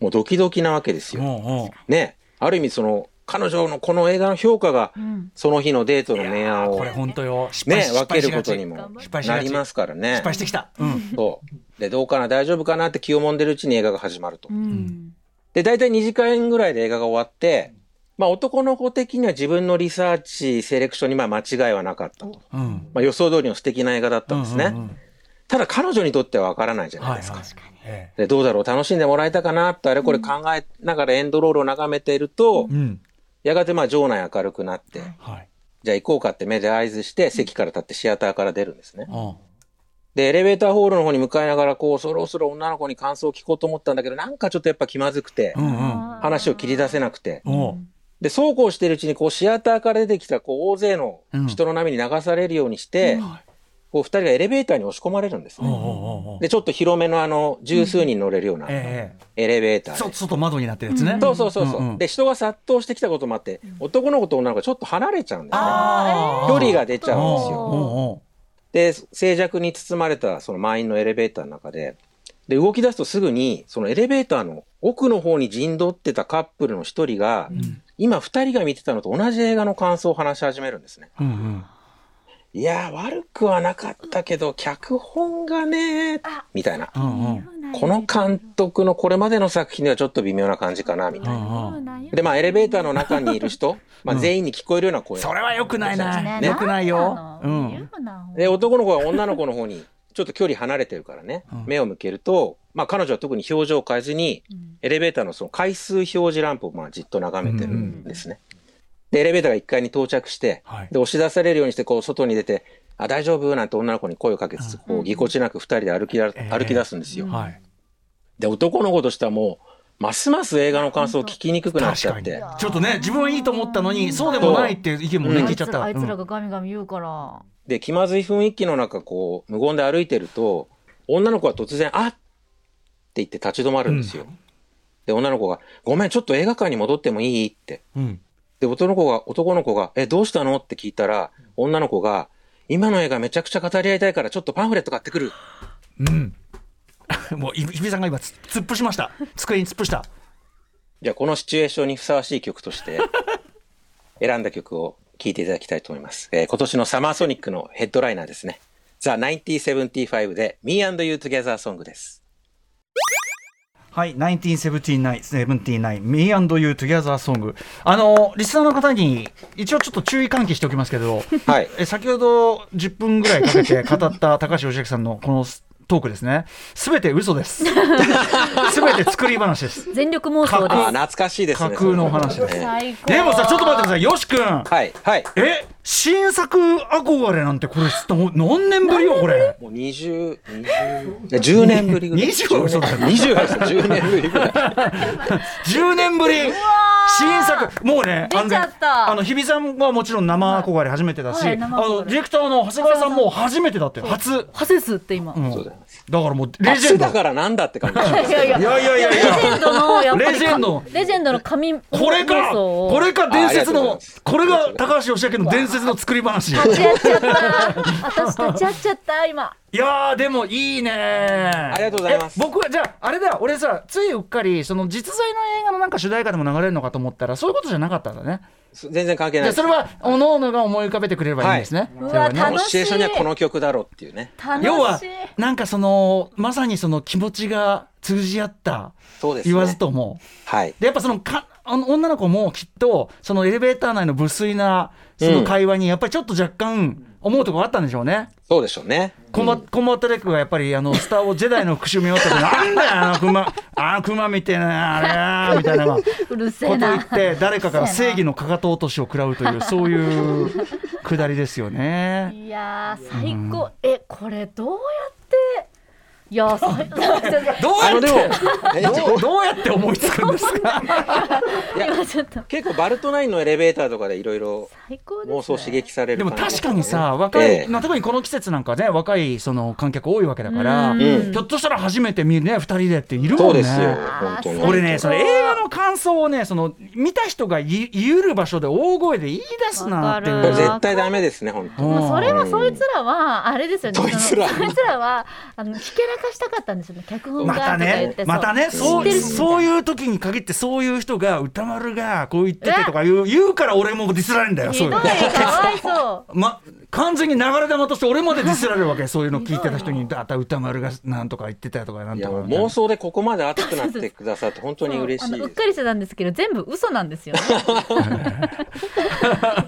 Speaker 4: もうドキドキなわけです
Speaker 3: ー
Speaker 4: よ。
Speaker 3: おー
Speaker 4: ね、ある意味その、彼女のこの映画の評価が、その日のデートの明暗を
Speaker 3: これ本当よ失敗
Speaker 4: ね
Speaker 3: し、
Speaker 4: 分けることに
Speaker 3: 失
Speaker 4: も
Speaker 3: 失敗しが
Speaker 4: な
Speaker 3: ち
Speaker 4: りますからね。
Speaker 3: 敗してきた、うん、
Speaker 4: そう。で、どうかな、大丈夫かなって気を揉んでるうちに映画が始まると
Speaker 2: う。ん。
Speaker 4: で、大体2時間ぐらいで映画が終わって、まあ男の子的には自分のリサーチ、セレクションにまあ間違いはなかったと。
Speaker 3: うん、
Speaker 4: まあ予想通りの素敵な映画だったんですね。
Speaker 3: うんうんうん
Speaker 4: ただ彼女にとってはわからないじゃない
Speaker 3: はい
Speaker 4: ですか。
Speaker 3: はいえ
Speaker 4: でどうだろう楽しんでもらえたかなってあれこれ考えながらエンドロールを眺めていると、
Speaker 3: えうん
Speaker 4: やがてまあ場内明るくなって、
Speaker 3: はい
Speaker 4: じゃあ行こうかって目で合図して席から立ってシアターから出るんですね。
Speaker 3: うん
Speaker 4: で、エレベーターホールの方に向かいながら、こう、そろそろ女の子に感想を聞こうと思ったんだけど、なんかちょっとやっぱ気まずくて
Speaker 3: う、ん
Speaker 4: 話を切り出せなくて。
Speaker 3: うんおう
Speaker 4: で、そうこうしているうちに、こう、シアターから出てきた、こう、大勢の人の波に流されるようにして、こう、二人がエレベーターに押し込まれるんです
Speaker 3: おうおう
Speaker 4: ね。
Speaker 3: おうおう
Speaker 4: で、ちょっと広めのあの、十数人乗れるような、エ
Speaker 3: ええ
Speaker 4: レベー
Speaker 3: え
Speaker 4: タ
Speaker 3: え
Speaker 4: ー
Speaker 3: そ
Speaker 4: で。
Speaker 3: 外窓になってるやつね
Speaker 4: そうそうそうそう、
Speaker 3: んん
Speaker 4: で、人が殺到してきたこともあって、男の子と女の子がちょっと離れちゃうんですね。
Speaker 3: あー
Speaker 4: 距離が出ちゃうんですよ。
Speaker 3: おうおう
Speaker 4: で静寂に包まれたその満員のエレベーターの中でで動き出すとすぐにそのエレベーターの奥の方に陣取ってたカップルの一人が、今二人が見てたのと同じ映画の感想を話し始めるんですね。
Speaker 3: うんうん
Speaker 4: いやー悪くはなかったけど脚本がねみたいな
Speaker 3: うんうん
Speaker 4: この監督のこれまでの作品ではちょっと微妙な感じかなみたいな。でまあエレベーターの中にいる人、まあ、全員に聞こえるような声
Speaker 3: それは良くないな
Speaker 2: ね
Speaker 3: 良くないよ
Speaker 2: な
Speaker 3: うん
Speaker 2: なの
Speaker 3: ん
Speaker 2: 言うな
Speaker 4: で男の子は女の子の方に <laughs> ちょっと距離離れてるからね、
Speaker 3: ん
Speaker 4: 目を向けると、まあ、彼女は特に表情を変えずに、エレベーターのその回数表示ランプをまあじっと眺めてるんですね。でエレベーターが1階に到着して、
Speaker 3: はい
Speaker 4: で押し出されるようにしてこう外に出て「あ大丈夫?」なんて女の子に声をかけつつこうぎこちなく2人で歩きだ
Speaker 3: ええ
Speaker 4: 歩き出すんですよ。
Speaker 3: はい
Speaker 4: で男の子としてはもうますます映画の感想を聞きにくくなっち
Speaker 3: 確
Speaker 4: ゃ
Speaker 3: か
Speaker 4: っ
Speaker 3: に
Speaker 4: て。
Speaker 3: ちょっとね自分はいいと思ったのにそうでもないっていう意見もね
Speaker 4: うん
Speaker 3: 聞いちゃったわ
Speaker 2: あいつあいつら
Speaker 3: うん
Speaker 2: がガミガミ言うから。
Speaker 4: で気まずい雰囲気の中こう無言で歩いてると女の子は突然「あっ!」って言って立ち止まるんですよ。で女の子が「ごめんちょっと映画館に戻ってもいい?」って。
Speaker 3: うん
Speaker 4: で男の子が男の子が「えどうしたの?」って聞いたら女の子が「今の映画めちゃくちゃ語り合いたいからちょっとパンフレット買ってくる」
Speaker 3: うん。もう、い日比さんが今つ、突っ伏しました。机に突っ伏した。
Speaker 4: じゃあこのシチュエーションにふさわしい曲として
Speaker 3: <laughs>
Speaker 4: 選んだ曲を聴いていただきたいと思います、えー今年のサマーソニックのヘッドライナーですね「THE1975」で「Me&YouTogetherSong」です
Speaker 3: はい、1979、79、Me and You Together Song。あの、リスナーの方に、一応ちょっと注意喚起しておきますけ
Speaker 2: <laughs>
Speaker 3: ど、
Speaker 4: はい
Speaker 3: え先ほど10分ぐらいかけて語った高橋義明さんのこのトークですね、すべて
Speaker 2: <laughs>
Speaker 3: 嘘です。すべて作り話です。
Speaker 2: 全力妄想
Speaker 4: あー
Speaker 2: で。
Speaker 4: 懐かしいですね。
Speaker 3: 架空のお話ですす
Speaker 4: ね
Speaker 2: 最高。
Speaker 3: でもさ、ちょっと待ってください、よし君。
Speaker 4: はい、はい。
Speaker 3: え、新作憧れなんてこれ、もう何年ぶりよ、これ。
Speaker 4: もう20、20、10年ぶりぐらい。
Speaker 3: 20は嘘だよ
Speaker 4: 20は嘘10年ぶりぐらい。
Speaker 3: 10年ぶり新作もうねあの
Speaker 2: 出ちゃった
Speaker 3: あの日比さんはもちろん生憧れ初めてだし、
Speaker 2: はい
Speaker 3: あ
Speaker 2: 生憧れ
Speaker 3: のディレクターの長谷川さんも初めてだって初、うん
Speaker 2: ハセスって今。い
Speaker 4: そうだよ
Speaker 3: だからもうレジェ
Speaker 4: 初
Speaker 3: ンド
Speaker 4: だからなんだって感じ。
Speaker 2: やいや
Speaker 3: いやいやいやい
Speaker 2: レジェン
Speaker 3: や
Speaker 2: ドのやっぱり
Speaker 3: レジェンド
Speaker 2: レジェンドの神
Speaker 3: これか
Speaker 2: 放送を
Speaker 3: これか伝説
Speaker 4: あありがとうござい
Speaker 3: の
Speaker 4: ます
Speaker 3: これが高橋義明の伝説の作り話
Speaker 2: 立ち会っちゃった私立ち会っちゃった今
Speaker 3: いやーでもいいねあ
Speaker 4: りがとうございます
Speaker 3: 僕はじゃああれだ俺さついうっかりその実在の映画のなんか主題歌でも流れるのかと思ったらそういうことじゃなかったんだね
Speaker 4: 全然関係
Speaker 3: じ
Speaker 4: な
Speaker 3: ゃあ
Speaker 4: い。
Speaker 3: それはおのおのが思い浮かべてくれればいいんですね、
Speaker 4: はい
Speaker 3: それはね
Speaker 2: うわ
Speaker 4: このシチュエーションにはこの曲だろうっていうね。
Speaker 2: 楽しい
Speaker 3: 要はなんかそのまさにその気持ちが通じ合った
Speaker 4: そうですね
Speaker 3: 言わずとも
Speaker 4: はい。
Speaker 3: でやっぱそのかあの女の子もきっとそのエレベーター内の無粋なその会話にやっぱりちょっと若干思うところあったんでしょうね。
Speaker 4: そうでしょうね。
Speaker 3: コンバコンバットレックがやっぱりあのスター・ウォージェダイの復讐見終わった時なんだよあのクマあのクマみたいなあれみたいなこと
Speaker 2: うるせえ
Speaker 3: 言
Speaker 2: な
Speaker 3: っ。て誰かから正義のかかと落としを食らうというそういうくだりです
Speaker 2: <laughs>
Speaker 3: よね。
Speaker 2: いやー最高、えこれどうやっていや <laughs>
Speaker 3: <laughs>
Speaker 2: ー最高
Speaker 3: どう
Speaker 4: あ
Speaker 3: や
Speaker 4: の
Speaker 3: っ
Speaker 4: でも
Speaker 3: て
Speaker 4: え
Speaker 3: どうどうやって思いつくんですか。
Speaker 2: 今ちょっと
Speaker 4: 結構バルトナインのエレベーターとかでいろいろ
Speaker 2: 最高です、ね、
Speaker 4: 妄想刺激さ
Speaker 3: で
Speaker 4: れる
Speaker 3: も
Speaker 4: 感じ
Speaker 3: 確かにさ若い、
Speaker 4: ええ
Speaker 3: まあ特にこの季節なんかね若いその観客多いわけだから、
Speaker 2: うん
Speaker 4: うん
Speaker 3: ひょっとしたら初めて見るね2人でっている
Speaker 4: そ
Speaker 3: も
Speaker 4: うん
Speaker 3: ね。
Speaker 4: ですよ本
Speaker 2: あー
Speaker 4: 当に
Speaker 3: 俺ねそ
Speaker 2: そう
Speaker 3: れ映画の感想をねその見た人が言い言える場所で大声で言い出すなってい
Speaker 2: わ
Speaker 3: う
Speaker 4: これ
Speaker 2: かる
Speaker 4: 絶対ダメですね本当
Speaker 3: うん
Speaker 2: まあそれはそいつらはあれですよね。
Speaker 4: そいつら
Speaker 2: その <laughs> そいつらはあのひけらかしたかったんですよね。脚本が
Speaker 3: ま
Speaker 2: と
Speaker 3: た
Speaker 2: か言っ
Speaker 3: ね
Speaker 2: て、
Speaker 3: またね、
Speaker 2: そ
Speaker 3: そうう
Speaker 2: 知ってる
Speaker 3: そういう時に限ってそういう人が歌丸がこう言っててとか言う言うから俺もディスられるんだよ。
Speaker 2: ひどい
Speaker 3: そ
Speaker 2: うか
Speaker 3: よ
Speaker 2: わいそう。
Speaker 3: ま、完全に流れ玉として俺までディスられるわけそういうの聞いてた人にだった歌丸がなんとか言ってたとかなん
Speaker 4: いや
Speaker 3: と
Speaker 4: も
Speaker 3: か
Speaker 4: う妄想でここまで熱くなってくださって本当に嬉しい
Speaker 2: あ
Speaker 4: で
Speaker 2: のうっ
Speaker 4: す
Speaker 2: かりしてたんですけど全部嘘なんですよ
Speaker 3: <laughs>
Speaker 2: ね。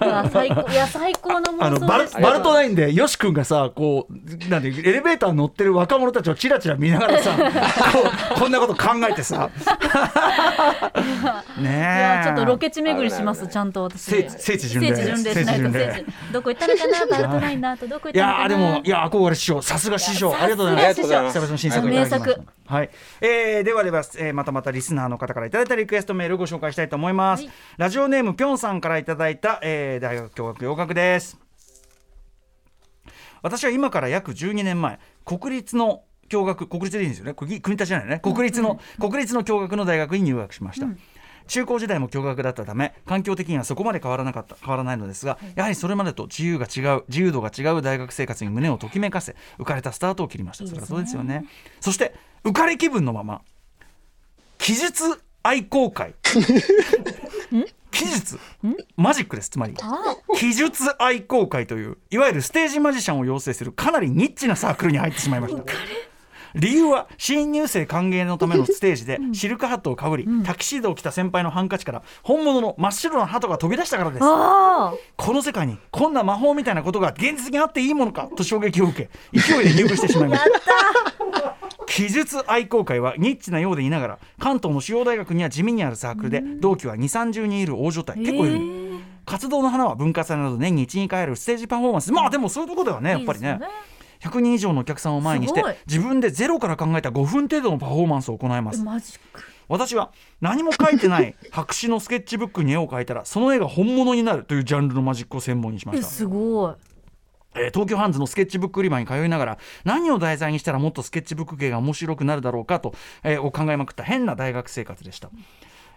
Speaker 2: うわ最高いや最高の
Speaker 3: あ
Speaker 2: 妄
Speaker 3: の
Speaker 2: 想
Speaker 3: バ
Speaker 2: で
Speaker 3: ル
Speaker 2: す。
Speaker 3: バルトナインでよし君がさこうなんでエレベーター乗ってる若者たちをチラチラ見ながら
Speaker 2: <laughs>
Speaker 3: さこうこんなこと考えてさねえ
Speaker 2: いやちょっとロケ地巡りしま
Speaker 4: あ
Speaker 2: す
Speaker 4: るある
Speaker 2: ちゃんと私。
Speaker 3: 聖地聖地巡礼
Speaker 2: 聖地巡礼しないと
Speaker 3: 聖地巡礼
Speaker 2: 聖地どこ行ったのかなバルトナインの後どこ行っ
Speaker 3: い
Speaker 2: たの
Speaker 3: や
Speaker 2: かな。
Speaker 3: ーでもいや憧れ師匠さすが師匠ありがとうございます
Speaker 4: さすが師
Speaker 3: 久
Speaker 4: 匠
Speaker 3: 々の新作いただきました
Speaker 2: 名作
Speaker 3: はい、えー、ではでは、えー、またまたリスナーの方からいただいたリクエストメールご紹介したいと思います、
Speaker 2: はい
Speaker 3: ラジオネームぴょんさんからいただいた、えー、大学教学洋楽です私は今から約12年前国立の教学国立でいいんですよね国国立じゃないね国立の、国立の教学の大学に入学しました、中高時代も共学だったため環境的にはそこまで変わらなかった変わらないのですがやはりそれまでと自由が違う自由度が違う大学生活に胸をときめかせ浮かれたスタートを切りましたそれはそうですよねそして浮かれ気分のまま記述愛好会記述マジックですつまり
Speaker 2: あ
Speaker 3: 記述愛好会といういわゆるステージマジシャンを養成するかなりニッチなサークルに入ってしまいました理由は新入生歓迎のためのステージでシルクハットをかぶり、タキシードを着た先輩のハンカチから本物の真っ白な鳩が飛び出したからです
Speaker 2: あ
Speaker 3: この世界にこんな魔法みたいなことが現実にあっていいものかと衝撃を受け勢いで入部してしまいました記述愛好会はニッチなようでいながら関東の主要大学には地味にあるサークルで同期は2 3 0人いる大所帯結構いる、活動の花は文化祭など年に12回あるステージパフォーマンスまあでもそういうとこだよね
Speaker 2: あ
Speaker 3: やっぱり
Speaker 2: い
Speaker 3: ね
Speaker 2: いですよ
Speaker 3: 100人以上のお客さんを前にして
Speaker 2: すごい
Speaker 3: 自分でゼロから考えた5分程度のパフォーマンスを行います
Speaker 2: マジック。
Speaker 3: 私は何も書いてない白紙のスケッチブックに絵を描いたらその絵が本物になるというジャンルのマジックを専門にしま
Speaker 2: え
Speaker 3: した
Speaker 2: すごい。
Speaker 3: えー東京ハンズのスケッチブック売り場に通いながら何を題材にしたらもっとスケッチブック芸が面白くなるだろうかと、えーを考えまくった変な大学生活でした。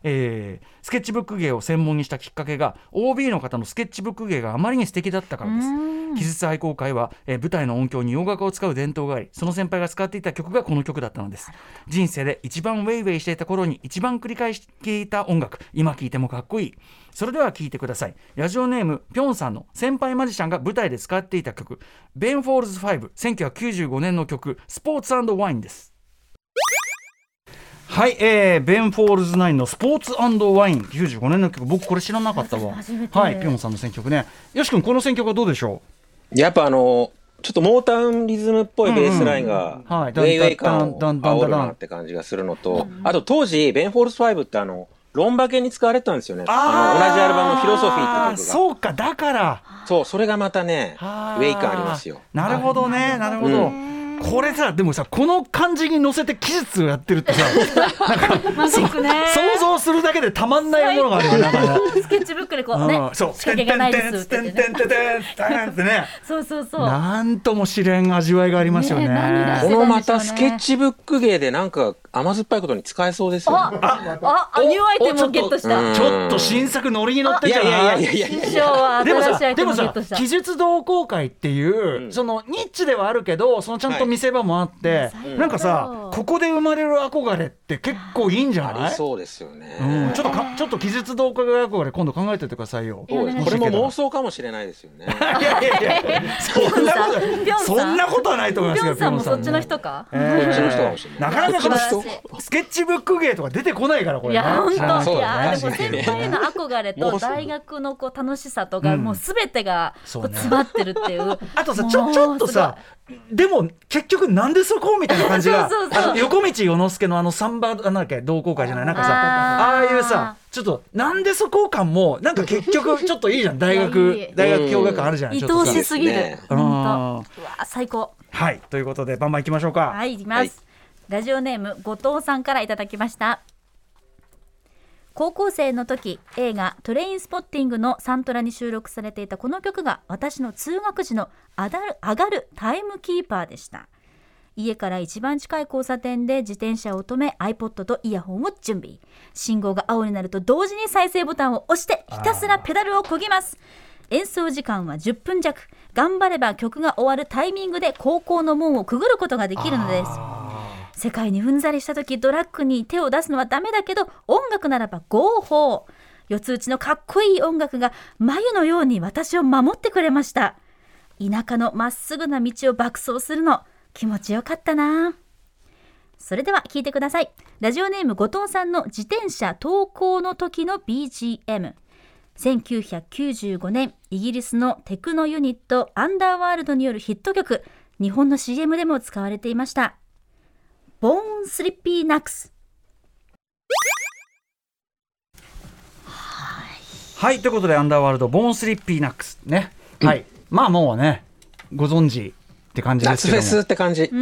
Speaker 3: えースケッチブック芸を専門にしたきっかけが OB の方のスケッチブック芸があまりに素敵だったからです
Speaker 2: うん
Speaker 3: 記述愛好会は、えー舞台の音響に洋楽を使う伝統がありその先輩が使っていた曲がこの曲だったのです人生で一番ウェイウェイしていた頃に一番繰り返し聴いた音楽今聴いてもかっこいいそれでは聴いてくださいラジオネームぴょんさんの先輩マジシャンが舞台で使っていた曲ベン・フォールズ51995年の曲「スポーツワイン」ですはい、えー、ベン・フォールズ9の「スポーツワイン」95年の曲僕これ知らなかったわ
Speaker 2: 初めて
Speaker 3: はいぴょんさんの選曲ねよし君この選曲はどうでしょう
Speaker 4: やっぱあのちょっとモータウンリズムっぽいベースラインがウ
Speaker 3: うんうんはい
Speaker 4: ェイウェイ感を
Speaker 3: だんだんだんだんだん
Speaker 4: 煽るなって感じがするのとあと当時ベン・フォールス5ってあのロンバケに使われてたんですよねあの同じアルバムの「フィロソフィー」って曲がそ
Speaker 3: そ
Speaker 4: う
Speaker 3: うかだから
Speaker 4: それがまたねウ
Speaker 3: あー
Speaker 4: ェイ感ありますよ
Speaker 3: なるほどねなるほど、
Speaker 4: う
Speaker 3: これさでもさこの感じに乗せて技術をやってるってさ
Speaker 2: マジックね。
Speaker 3: 想像するだけでたまんないものがあるよねだから
Speaker 2: スケッチブックでこうね
Speaker 3: うん、そう
Speaker 2: 仕掛けがないですって
Speaker 3: てん
Speaker 2: 言
Speaker 3: て
Speaker 2: っ
Speaker 3: ん
Speaker 2: て
Speaker 3: て
Speaker 2: ね。
Speaker 3: んてんてんてんってね
Speaker 2: そうそうそう。
Speaker 3: なんとも知れん味わいがありますよね
Speaker 2: ねえ何
Speaker 4: こ
Speaker 2: だ
Speaker 4: のまたスケッチブック芸でなんか甘酸っぱいことに使えそうですよね
Speaker 2: あ、あ、ニューアイテムをゲットし
Speaker 4: おお
Speaker 2: た。
Speaker 3: ちょっと新作ノリに乗って
Speaker 4: い
Speaker 3: んじゃ
Speaker 4: やいやいや
Speaker 3: ないい
Speaker 4: やいやいや
Speaker 2: 師匠は
Speaker 3: でも
Speaker 2: 新しいア
Speaker 3: さ、
Speaker 2: イテ
Speaker 3: で
Speaker 2: ム
Speaker 3: も
Speaker 2: をゲッ
Speaker 3: さ
Speaker 2: トし、た。
Speaker 3: 技術同好会っていう、
Speaker 4: うん
Speaker 3: そのニッチではあるけど、そのちゃんと見せ場もあって、
Speaker 2: 最高
Speaker 3: なんかさここで生まれる憧れって結構いいんじゃ
Speaker 4: あ
Speaker 3: な
Speaker 4: り
Speaker 3: い
Speaker 4: そうですよ
Speaker 3: うん、
Speaker 4: ね。
Speaker 3: ちょっとかちょっと期日同化学憧れ今度考えておいてくださいよ。
Speaker 4: そうです
Speaker 2: いや
Speaker 4: これも妄想かもしれないですよね。
Speaker 3: いやいやいや、そんなこと
Speaker 2: ピョンさん
Speaker 3: そんなことはないと思いま
Speaker 2: ぴ
Speaker 3: す
Speaker 2: ょ
Speaker 3: よ。
Speaker 2: んさんも
Speaker 3: ピ
Speaker 2: そ
Speaker 3: ョ
Speaker 2: っ
Speaker 3: ン
Speaker 2: ちの人か、
Speaker 3: えー
Speaker 4: そっちの人かもしれない
Speaker 3: なかなかこの
Speaker 2: そっちの
Speaker 3: スケッチブック芸とか出てこないからこれ
Speaker 2: い
Speaker 3: ね。
Speaker 2: や本当
Speaker 3: あー
Speaker 4: そう
Speaker 2: い
Speaker 4: だね
Speaker 2: やでも先輩への憧れ
Speaker 4: も
Speaker 2: と
Speaker 4: うそう
Speaker 2: 大学のこう楽しさとか、
Speaker 3: うん
Speaker 2: もうすべてがこ
Speaker 3: そう
Speaker 2: う
Speaker 3: ね
Speaker 2: 詰まってるっていう。
Speaker 3: あとさ
Speaker 2: もう
Speaker 3: <laughs> ちょちょっとさでも結局なんでそこみたいな感
Speaker 2: <laughs>
Speaker 3: じが
Speaker 2: そうそうそう
Speaker 3: あの横道世之助のあのサンバあなんだっけ同好会じゃないなんかさあ
Speaker 2: あ
Speaker 3: あ
Speaker 2: ー
Speaker 3: いうさちょっとなんでそこ感もなんか結
Speaker 2: <laughs>
Speaker 3: 局ちょっといいじゃん大
Speaker 2: いや
Speaker 3: 学
Speaker 2: いい
Speaker 3: 大学共学感あるじゃない
Speaker 2: 愛
Speaker 3: ちょ
Speaker 2: お
Speaker 3: っとさ
Speaker 2: しすぎる。
Speaker 4: ね
Speaker 3: うん
Speaker 2: 本当。うわ最高。
Speaker 3: はいということでバンバン行きましょうか、
Speaker 2: はい、いきます、
Speaker 4: はい
Speaker 2: ラジオネーム後藤さんからいただきました。高校生の時映画「トレインスポッティング」のサントラに収録されていたこの曲が私の通学時のあだる上がるタイムキーパーでした家から一番近い交差点で自転車を止め iPod とイヤホンを準備信号が青になると同時に再生ボタンを押してひたすらペダルをこぎます演奏時間は10分弱頑張れば曲が終わるタイミングで高校の門をくぐることができるのです世界にうんざりした時ドラッグに手を出すのはダメだけど音楽ならば合法四つ打ちのかっこいい音楽が眉のように私を守ってくれました田舎のまっすぐな道を爆走するの気持ちよかったなそれでは聞いてくださいラジオネーム後藤さんの自転車投稿の時の BGM 1995年イギリスのテクノユニットアンダーワールドによるヒット曲日本の CM でも使われていましたボーンスリッピーナックス
Speaker 3: はいということでアンダーワールドボーンスリッピーナックスねはいまあもうねご存知って感じです
Speaker 4: 夏
Speaker 3: け
Speaker 4: フ
Speaker 3: ど
Speaker 4: ェ
Speaker 3: も
Speaker 4: スって感じ。
Speaker 3: で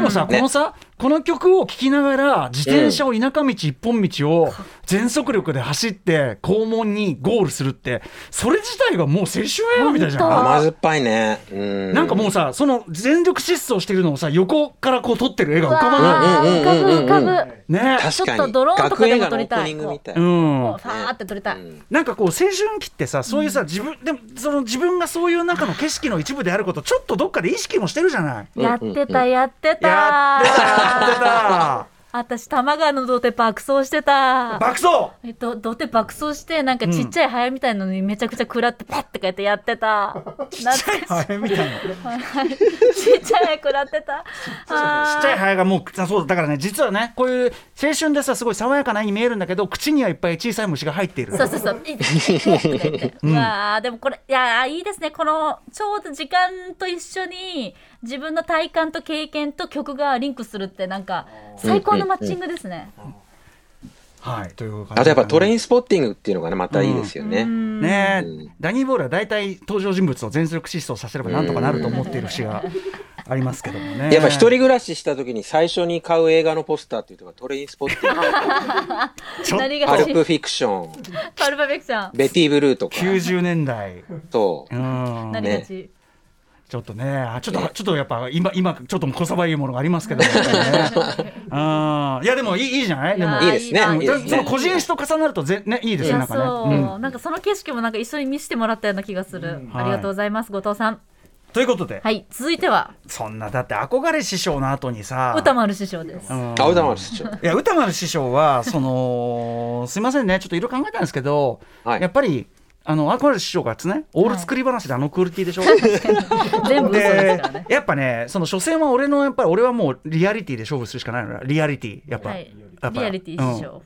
Speaker 3: もさ、このさ、この曲を聴きながら、自転車を田舎道一本道を全速力で走って、校門にゴールするって、それ自体がもう青春映画みたいじゃない
Speaker 4: 甘酸っぱいね。うん。
Speaker 3: なんかもうさ、その全力疾走してるのをさ、横からこう撮ってる絵が浮かばな
Speaker 2: わー浮かぶ浮かぶ、
Speaker 3: い。ね
Speaker 4: 確かに
Speaker 2: ちょっとドローンとかでも撮りたい
Speaker 4: 学園映画のオープニングみたい。
Speaker 3: うん
Speaker 2: もう。ファーって撮りたい、
Speaker 4: うん
Speaker 3: なんかこう青春期ってさそういうさ、自分でもその自分がそういう中の景色の一部であることちょっとどっかで意識もしてるじゃない
Speaker 2: やってたやってた
Speaker 3: やってたやってた
Speaker 2: 私多摩川の土手爆走して
Speaker 3: <laughs>
Speaker 2: た
Speaker 3: 爆走
Speaker 2: えっと、土手爆走してなんかちっちゃいハエみたいなのにめちゃくちゃ食らってパッてこうやってやってた懐かしい
Speaker 3: ハエみたいな
Speaker 2: ちっちゃいハエ <laughs> 食らってた
Speaker 3: ちっちゃいハエがもうさそうだだからね実はねこういう青春でさすごい爽やかな絵に見えるんだけど口にはいっぱい小さい虫が入っている
Speaker 2: そうそうそう。いいねうわあでもこれいやーいいですねこのちょうど時間と一緒に自分の体感と経験と曲がリンクするってなんか最高のマッチングですね。
Speaker 3: はいという感じ
Speaker 4: あとやっぱトレイ
Speaker 3: ン
Speaker 4: ンスポッティングっていうのがね、またいいですよね。
Speaker 3: ね
Speaker 4: うん
Speaker 3: ダニー・ボールは大体登場人物を全力疾走させればなんとかなると思っている節がありますけどもね
Speaker 4: やっぱ一人暮らしした時に最初に買う映画のポスターっていうのがトレインスポッティ
Speaker 2: <laughs>
Speaker 4: ング、
Speaker 3: ちょっと
Speaker 2: 何が
Speaker 4: パル
Speaker 2: 欲しい
Speaker 4: プフィクション、
Speaker 2: パルパフェクション。
Speaker 4: ベティ・ブルーとか、
Speaker 3: 90年代
Speaker 4: と
Speaker 3: う、ん
Speaker 2: 何がち。
Speaker 3: ちょっとねあちょっとちょっとやっぱ今今ちょっとこさばゆいものがありますけどもねうんいやでもいいいいじゃないでも
Speaker 2: や
Speaker 4: いいですね
Speaker 2: あ。
Speaker 4: いいです
Speaker 3: その
Speaker 4: ね。
Speaker 3: 個人史と重なるとぜねいいで
Speaker 2: い
Speaker 3: すねな
Speaker 2: や
Speaker 3: んか
Speaker 2: そ
Speaker 3: ねうん
Speaker 2: うなんかその景色もなんか一緒に見せてもらったような気がする。ありがとうございます後藤さん。
Speaker 3: ということで、
Speaker 2: はい続いては
Speaker 3: そんなだって憧れ師匠の後にさ
Speaker 2: 歌丸師匠です。
Speaker 3: うん
Speaker 4: 青玉ですちょっ
Speaker 3: いや歌丸師匠はその <laughs> すいませんねちょっといろいろ考えたんですけど、
Speaker 4: はい
Speaker 3: やっぱりあの憧れ師匠がですねオール作り話であのクオリティでしょ、
Speaker 2: <laughs> 全部嘘です
Speaker 3: で
Speaker 2: からね。
Speaker 3: やっぱねその所詮は俺のやっぱり俺はもうリアリティで勝負するしかないのよリアリティやっぱ、
Speaker 2: はい
Speaker 3: やっぱ
Speaker 2: リアリティ師匠。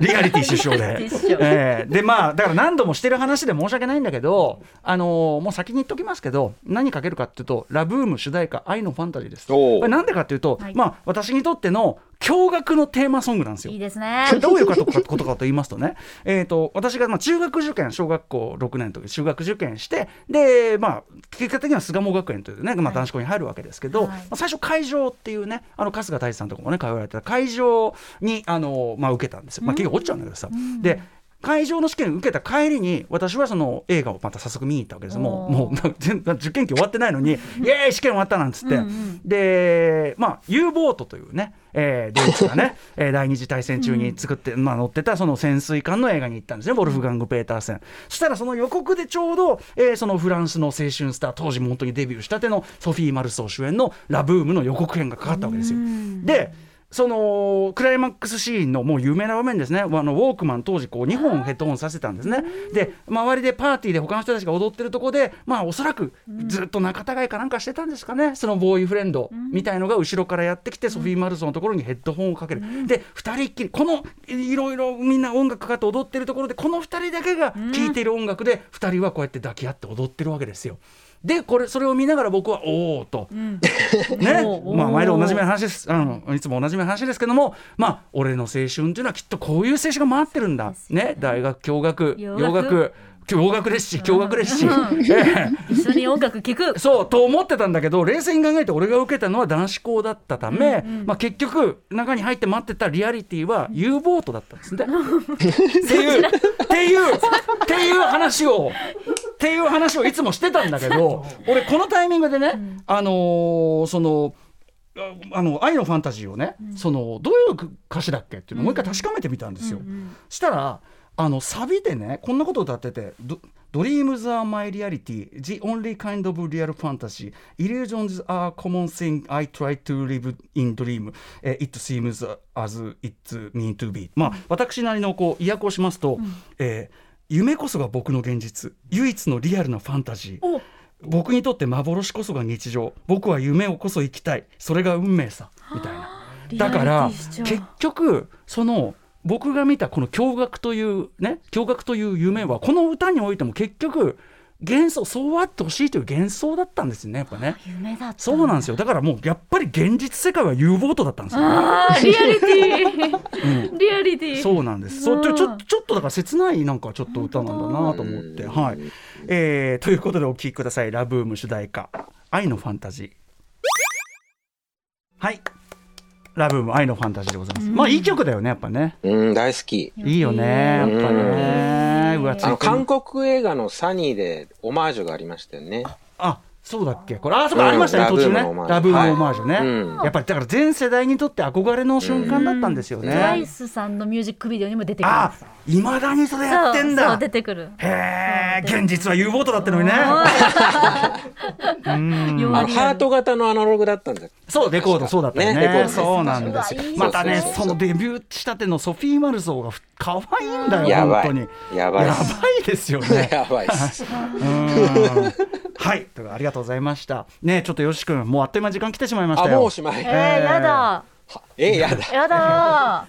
Speaker 3: リアリティ師匠
Speaker 2: リア
Speaker 3: で
Speaker 2: リティ師匠。
Speaker 3: ええでまあだから何度もしてる話で申し訳ないんだけど、あのーもう先に言っときますけど何かけるかっていうと「ラブーム」主題歌「愛のファンタジー」です。
Speaker 4: おー
Speaker 3: これなんでかっていうと、
Speaker 2: はい
Speaker 3: まあ私にとっての驚愕のテーマソングなんですよ
Speaker 2: いい。ですね。
Speaker 3: <laughs> どういうことかことかと言いますとね、えー、と私がまあ中学受験小学校6年の時中学受験してで、まあ、結果的には巣鴨学園という、ねまあ、男子校に入るわけですけど、
Speaker 2: はい
Speaker 3: まあ、最初会場っていうねあの春日大地さんとかもね通われてた会場にあの、まあ、受けたんですよ、まあ、結局落ちちゃうんだけどさ。で
Speaker 5: 会場の試験受けた帰りに私はその映画をまた早速見に行ったわけですもうもう全然受験期終わってないの <laughs> に「イエーイ試験終わった!」なんつって、でまあ U ボートというね、えードイツがね <laughs> えー第二次大戦中に作って、まあ、乗ってたその潜水艦の映画に行ったんですねウォルフガング・ペーターセンそしたらその予告でちょうど、えーそのフランスの青春スター当時も本当にデビューしたてのソフィー・マルソー主演の「ラ・ブーム」の予告編がかかったわけですよ。でそのクライマックスシーンのもう有名な場面ですね、あのウォークマン、当時こう2本ヘッドホンさせてたんですね、で周りでパーティーで他の人たちが踊ってるとこで、まあ、おそらくずっと仲違いかなんかしてたんですかね、そのボーイフレンドみたいのが後ろからやってきて、ソフィー・マルソンのところにヘッドホンをかける、で2人っきり、このいろいろみんな音楽かかって踊ってるところで、この2人だけが聴いてる音楽で、2人はこうやって抱き合って踊ってるわけですよ。でこれそれを見ながら僕はおおと、ね、まあ毎度おなじみの話ですあのいつもおなじみの話ですけどもまあ俺の青春っていうのはきっとこういう青春が回ってるんだ、ね、大学共学
Speaker 2: 洋
Speaker 5: 洋
Speaker 2: 楽
Speaker 5: 楽共学ですし共学ですし、ええ
Speaker 2: 一緒に音楽聴く
Speaker 5: そうと思ってたんだけど冷静に考えて俺が受けたのは男子校だったため、まあ、結局中に入って待ってたリアリティは U ボートだったんですね。っていうっていうっていう話をっていう話をいつもしてたんだけど俺このタイミングでね、あのーその。ああの愛のファンタジーをね、そのどういう歌詞だっけっていうのをもう一回確かめてみたんですよ。したらあのサビでねこんなこと歌ってて「ド Dreams are my reality the only kind of real fantasy illusions are common thing I try to live in dream え it seems as it need to be」まあ私なりのこう意訳をしますと、えー夢こそが僕の現実唯一のリアルなファンタジー僕にとって幻こそが日常僕は夢をこそ生きたいそれが運命さみたいな <laughs> だから結局その僕が見たこの驚愕というね驚愕という夢はこの歌においても結局幻想そうあってほしいという幻想だったんですよねやっぱね
Speaker 2: 夢だった
Speaker 5: そうなんですよだからもうやっぱり現実世界は U ボートだったんですよ
Speaker 2: あーリアリティリアリティ
Speaker 5: そうなんです。そうちょちょちょっとだから切ないなんかちょっと歌なんだなと思って、はい。えーということでお聴きください。ラブーム主題歌愛のファンタジー。はい。ラブーム愛のファンタジーでございます。まあいい曲だよねやっぱね。
Speaker 4: うん、大好き。
Speaker 5: いいよねやっぱね。うわつい
Speaker 4: あ
Speaker 5: て
Speaker 4: の、
Speaker 5: る
Speaker 4: 韓国映画のサニーでオマージュがありましたよね。
Speaker 5: あそうだっけこれあそうかありましたね
Speaker 4: うん
Speaker 5: 途中ね
Speaker 4: ラブームのオマージュ
Speaker 5: ラブームオマージュね、
Speaker 4: はいうん
Speaker 5: やっぱりだから全世代にとって憧れの瞬間だったんですよね。
Speaker 2: トライスさんのミュージックビデオにも出てくる
Speaker 5: あいまだにそれやってん
Speaker 2: そうそ
Speaker 5: だ
Speaker 2: う。出てくる
Speaker 5: へえ、現実は U ボートだったのにね。
Speaker 4: あの、ハート型のアナログだったんだっけ
Speaker 5: そう、レコード、そうだったよ
Speaker 4: ねレコード
Speaker 5: ね。
Speaker 4: ね
Speaker 5: そうなんですよ
Speaker 2: うわいいね
Speaker 5: また
Speaker 4: そ
Speaker 5: ね
Speaker 4: う、そうそ
Speaker 5: そうのデビューしたてのソフィー・マルソーがふ可愛いんだ
Speaker 4: や
Speaker 5: よ、
Speaker 4: ば
Speaker 5: 本
Speaker 4: い
Speaker 5: 当に。
Speaker 4: やばいっ
Speaker 5: や
Speaker 4: す。
Speaker 5: ばいですよね
Speaker 4: <laughs>
Speaker 5: <laughs>
Speaker 4: やばいっす。
Speaker 5: うんはい、ということでありがとうございました。ね、ちょっとよし君、もうあっという間に時間来てしまいまし
Speaker 4: あ、
Speaker 5: た
Speaker 4: もう
Speaker 5: よ
Speaker 4: お。しまい。
Speaker 2: えー、やだ
Speaker 4: え、やだ。
Speaker 2: やだ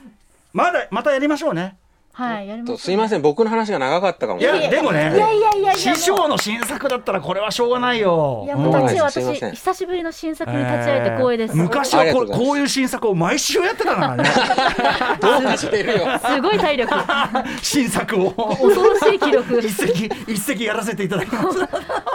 Speaker 5: まだ、またやりましょうね。
Speaker 2: はいやりましょう
Speaker 4: すいません、僕の話が長かったかも。
Speaker 5: いや、でも
Speaker 2: いや
Speaker 5: ね、
Speaker 2: いやいやいや
Speaker 5: 師匠の新作だったら、これはしょうがないよ。
Speaker 2: いや
Speaker 5: う
Speaker 2: も
Speaker 5: ん
Speaker 2: う立ち
Speaker 4: すいま
Speaker 2: 私
Speaker 4: せん
Speaker 2: 久しぶりの新作に立ち会えて光栄です、
Speaker 5: えー昔
Speaker 4: あ
Speaker 5: は
Speaker 4: りがと
Speaker 5: こ
Speaker 4: うございます
Speaker 5: こういう新作を毎週やってたからね
Speaker 4: どうかしてるよ。
Speaker 2: すごい体力
Speaker 5: 新作
Speaker 2: <laughs>
Speaker 5: を
Speaker 2: 恐ろしい記録
Speaker 5: 一席一席やらせていただきます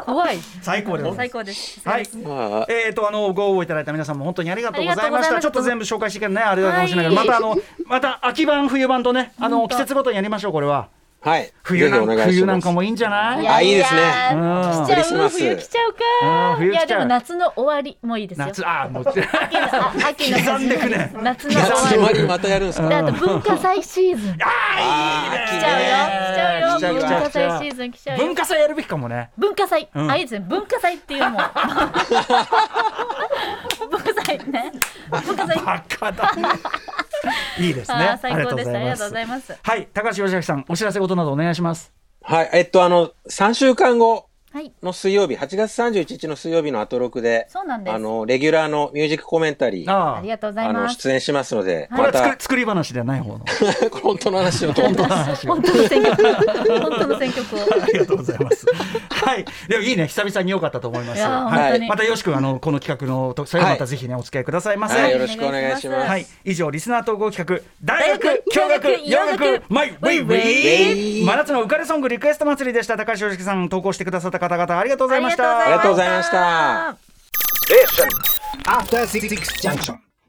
Speaker 2: 怖い
Speaker 5: 最高でござい
Speaker 2: 最高
Speaker 5: ます
Speaker 2: です
Speaker 5: はい <laughs>
Speaker 4: まあ
Speaker 5: えー、とあのご応募いただいた皆さんも本当にありがとうございました
Speaker 2: ありがとうございました
Speaker 5: ちょっと全部紹介していけないあれだかもしれないけど、
Speaker 2: はい
Speaker 5: またあのまた秋版冬版とねあの季節ごとにやりましょうこれは
Speaker 4: はい。
Speaker 5: 冬な
Speaker 4: ぜ
Speaker 5: ん
Speaker 4: ひお願いします
Speaker 5: 冬なんかもいいんじゃない
Speaker 4: やあいいですね
Speaker 2: や
Speaker 5: う
Speaker 2: 来
Speaker 5: ん
Speaker 2: ち
Speaker 4: クリ
Speaker 2: ゃ
Speaker 4: ス
Speaker 2: う
Speaker 4: マス
Speaker 2: 冬来ちゃう
Speaker 5: う
Speaker 2: か
Speaker 5: ん冬
Speaker 2: いや
Speaker 5: 来ち
Speaker 2: で
Speaker 5: ゃう
Speaker 2: も夏の終わりもいいですよ
Speaker 5: 夏あーもう
Speaker 2: 秋のあ秋の始まり
Speaker 5: 刻んでくね
Speaker 2: 夏の
Speaker 4: 夏
Speaker 2: 終
Speaker 4: 終
Speaker 2: わ
Speaker 4: わ <laughs>
Speaker 2: り
Speaker 4: りまたやるんです
Speaker 2: で
Speaker 4: か
Speaker 5: <laughs>
Speaker 2: あと文化祭シーズン来
Speaker 4: あー
Speaker 2: ちゃうよ来ちゃうよ
Speaker 5: 来
Speaker 2: 文
Speaker 5: ちゃう
Speaker 2: 化祭シーズン来ちゃうよ
Speaker 5: 文化祭やるべきかもね
Speaker 2: 文化祭、
Speaker 5: ん
Speaker 2: あいいですね文化祭って
Speaker 5: <laughs>
Speaker 2: いうのも文化祭ね文化祭
Speaker 5: バカだいいですね
Speaker 2: あー
Speaker 5: あり
Speaker 2: 最
Speaker 5: が
Speaker 2: 高
Speaker 5: とうご
Speaker 2: でした
Speaker 5: ざ
Speaker 2: あ
Speaker 5: い
Speaker 2: りがと
Speaker 5: ま
Speaker 2: う
Speaker 5: す
Speaker 2: ございます
Speaker 5: はい高橋義明さんお知らせ事などお願いします
Speaker 4: はい。えっと、あの、3週間後
Speaker 2: はい
Speaker 4: の水曜日、8月31日の水曜日のアトロクで、
Speaker 2: そうなんです
Speaker 4: あの、レギュラーのミュージックコメンタリー、あ
Speaker 5: あ
Speaker 2: あ
Speaker 5: あ
Speaker 2: りがとうござい
Speaker 4: の、
Speaker 2: ます
Speaker 4: 出演しますので、
Speaker 5: こ
Speaker 4: ま
Speaker 5: れは作り
Speaker 4: た、
Speaker 5: 作り話ではない方の
Speaker 4: <laughs> 本当の話を。
Speaker 5: <laughs>
Speaker 2: 本当の選曲本当の選曲を
Speaker 5: ありがとうございます。はい、でもいいね、久々に良かったと思いま
Speaker 2: い
Speaker 5: す。
Speaker 2: やー
Speaker 5: は
Speaker 2: 本当に、
Speaker 5: いまたよしくん、あの、この企画の特裁、
Speaker 4: はい
Speaker 5: またぜひね、お付き合いくださいませ。
Speaker 4: は、
Speaker 5: はいい、
Speaker 4: よろしくお願いします。
Speaker 5: 以上、リスナー統合企画、大学、
Speaker 2: 大
Speaker 5: 教
Speaker 2: 学
Speaker 5: 学、洋
Speaker 2: 洋
Speaker 5: 楽
Speaker 2: 楽、
Speaker 5: マイ、ウェイウ
Speaker 4: ウェ
Speaker 5: ェイ。
Speaker 4: イ
Speaker 5: 真夏の浮かれソングリクエスト祭りでした。高橋洋樹さん、投稿してくださった方々、ありがとうございました。
Speaker 4: ありがとうございました。
Speaker 3: After Six Junction.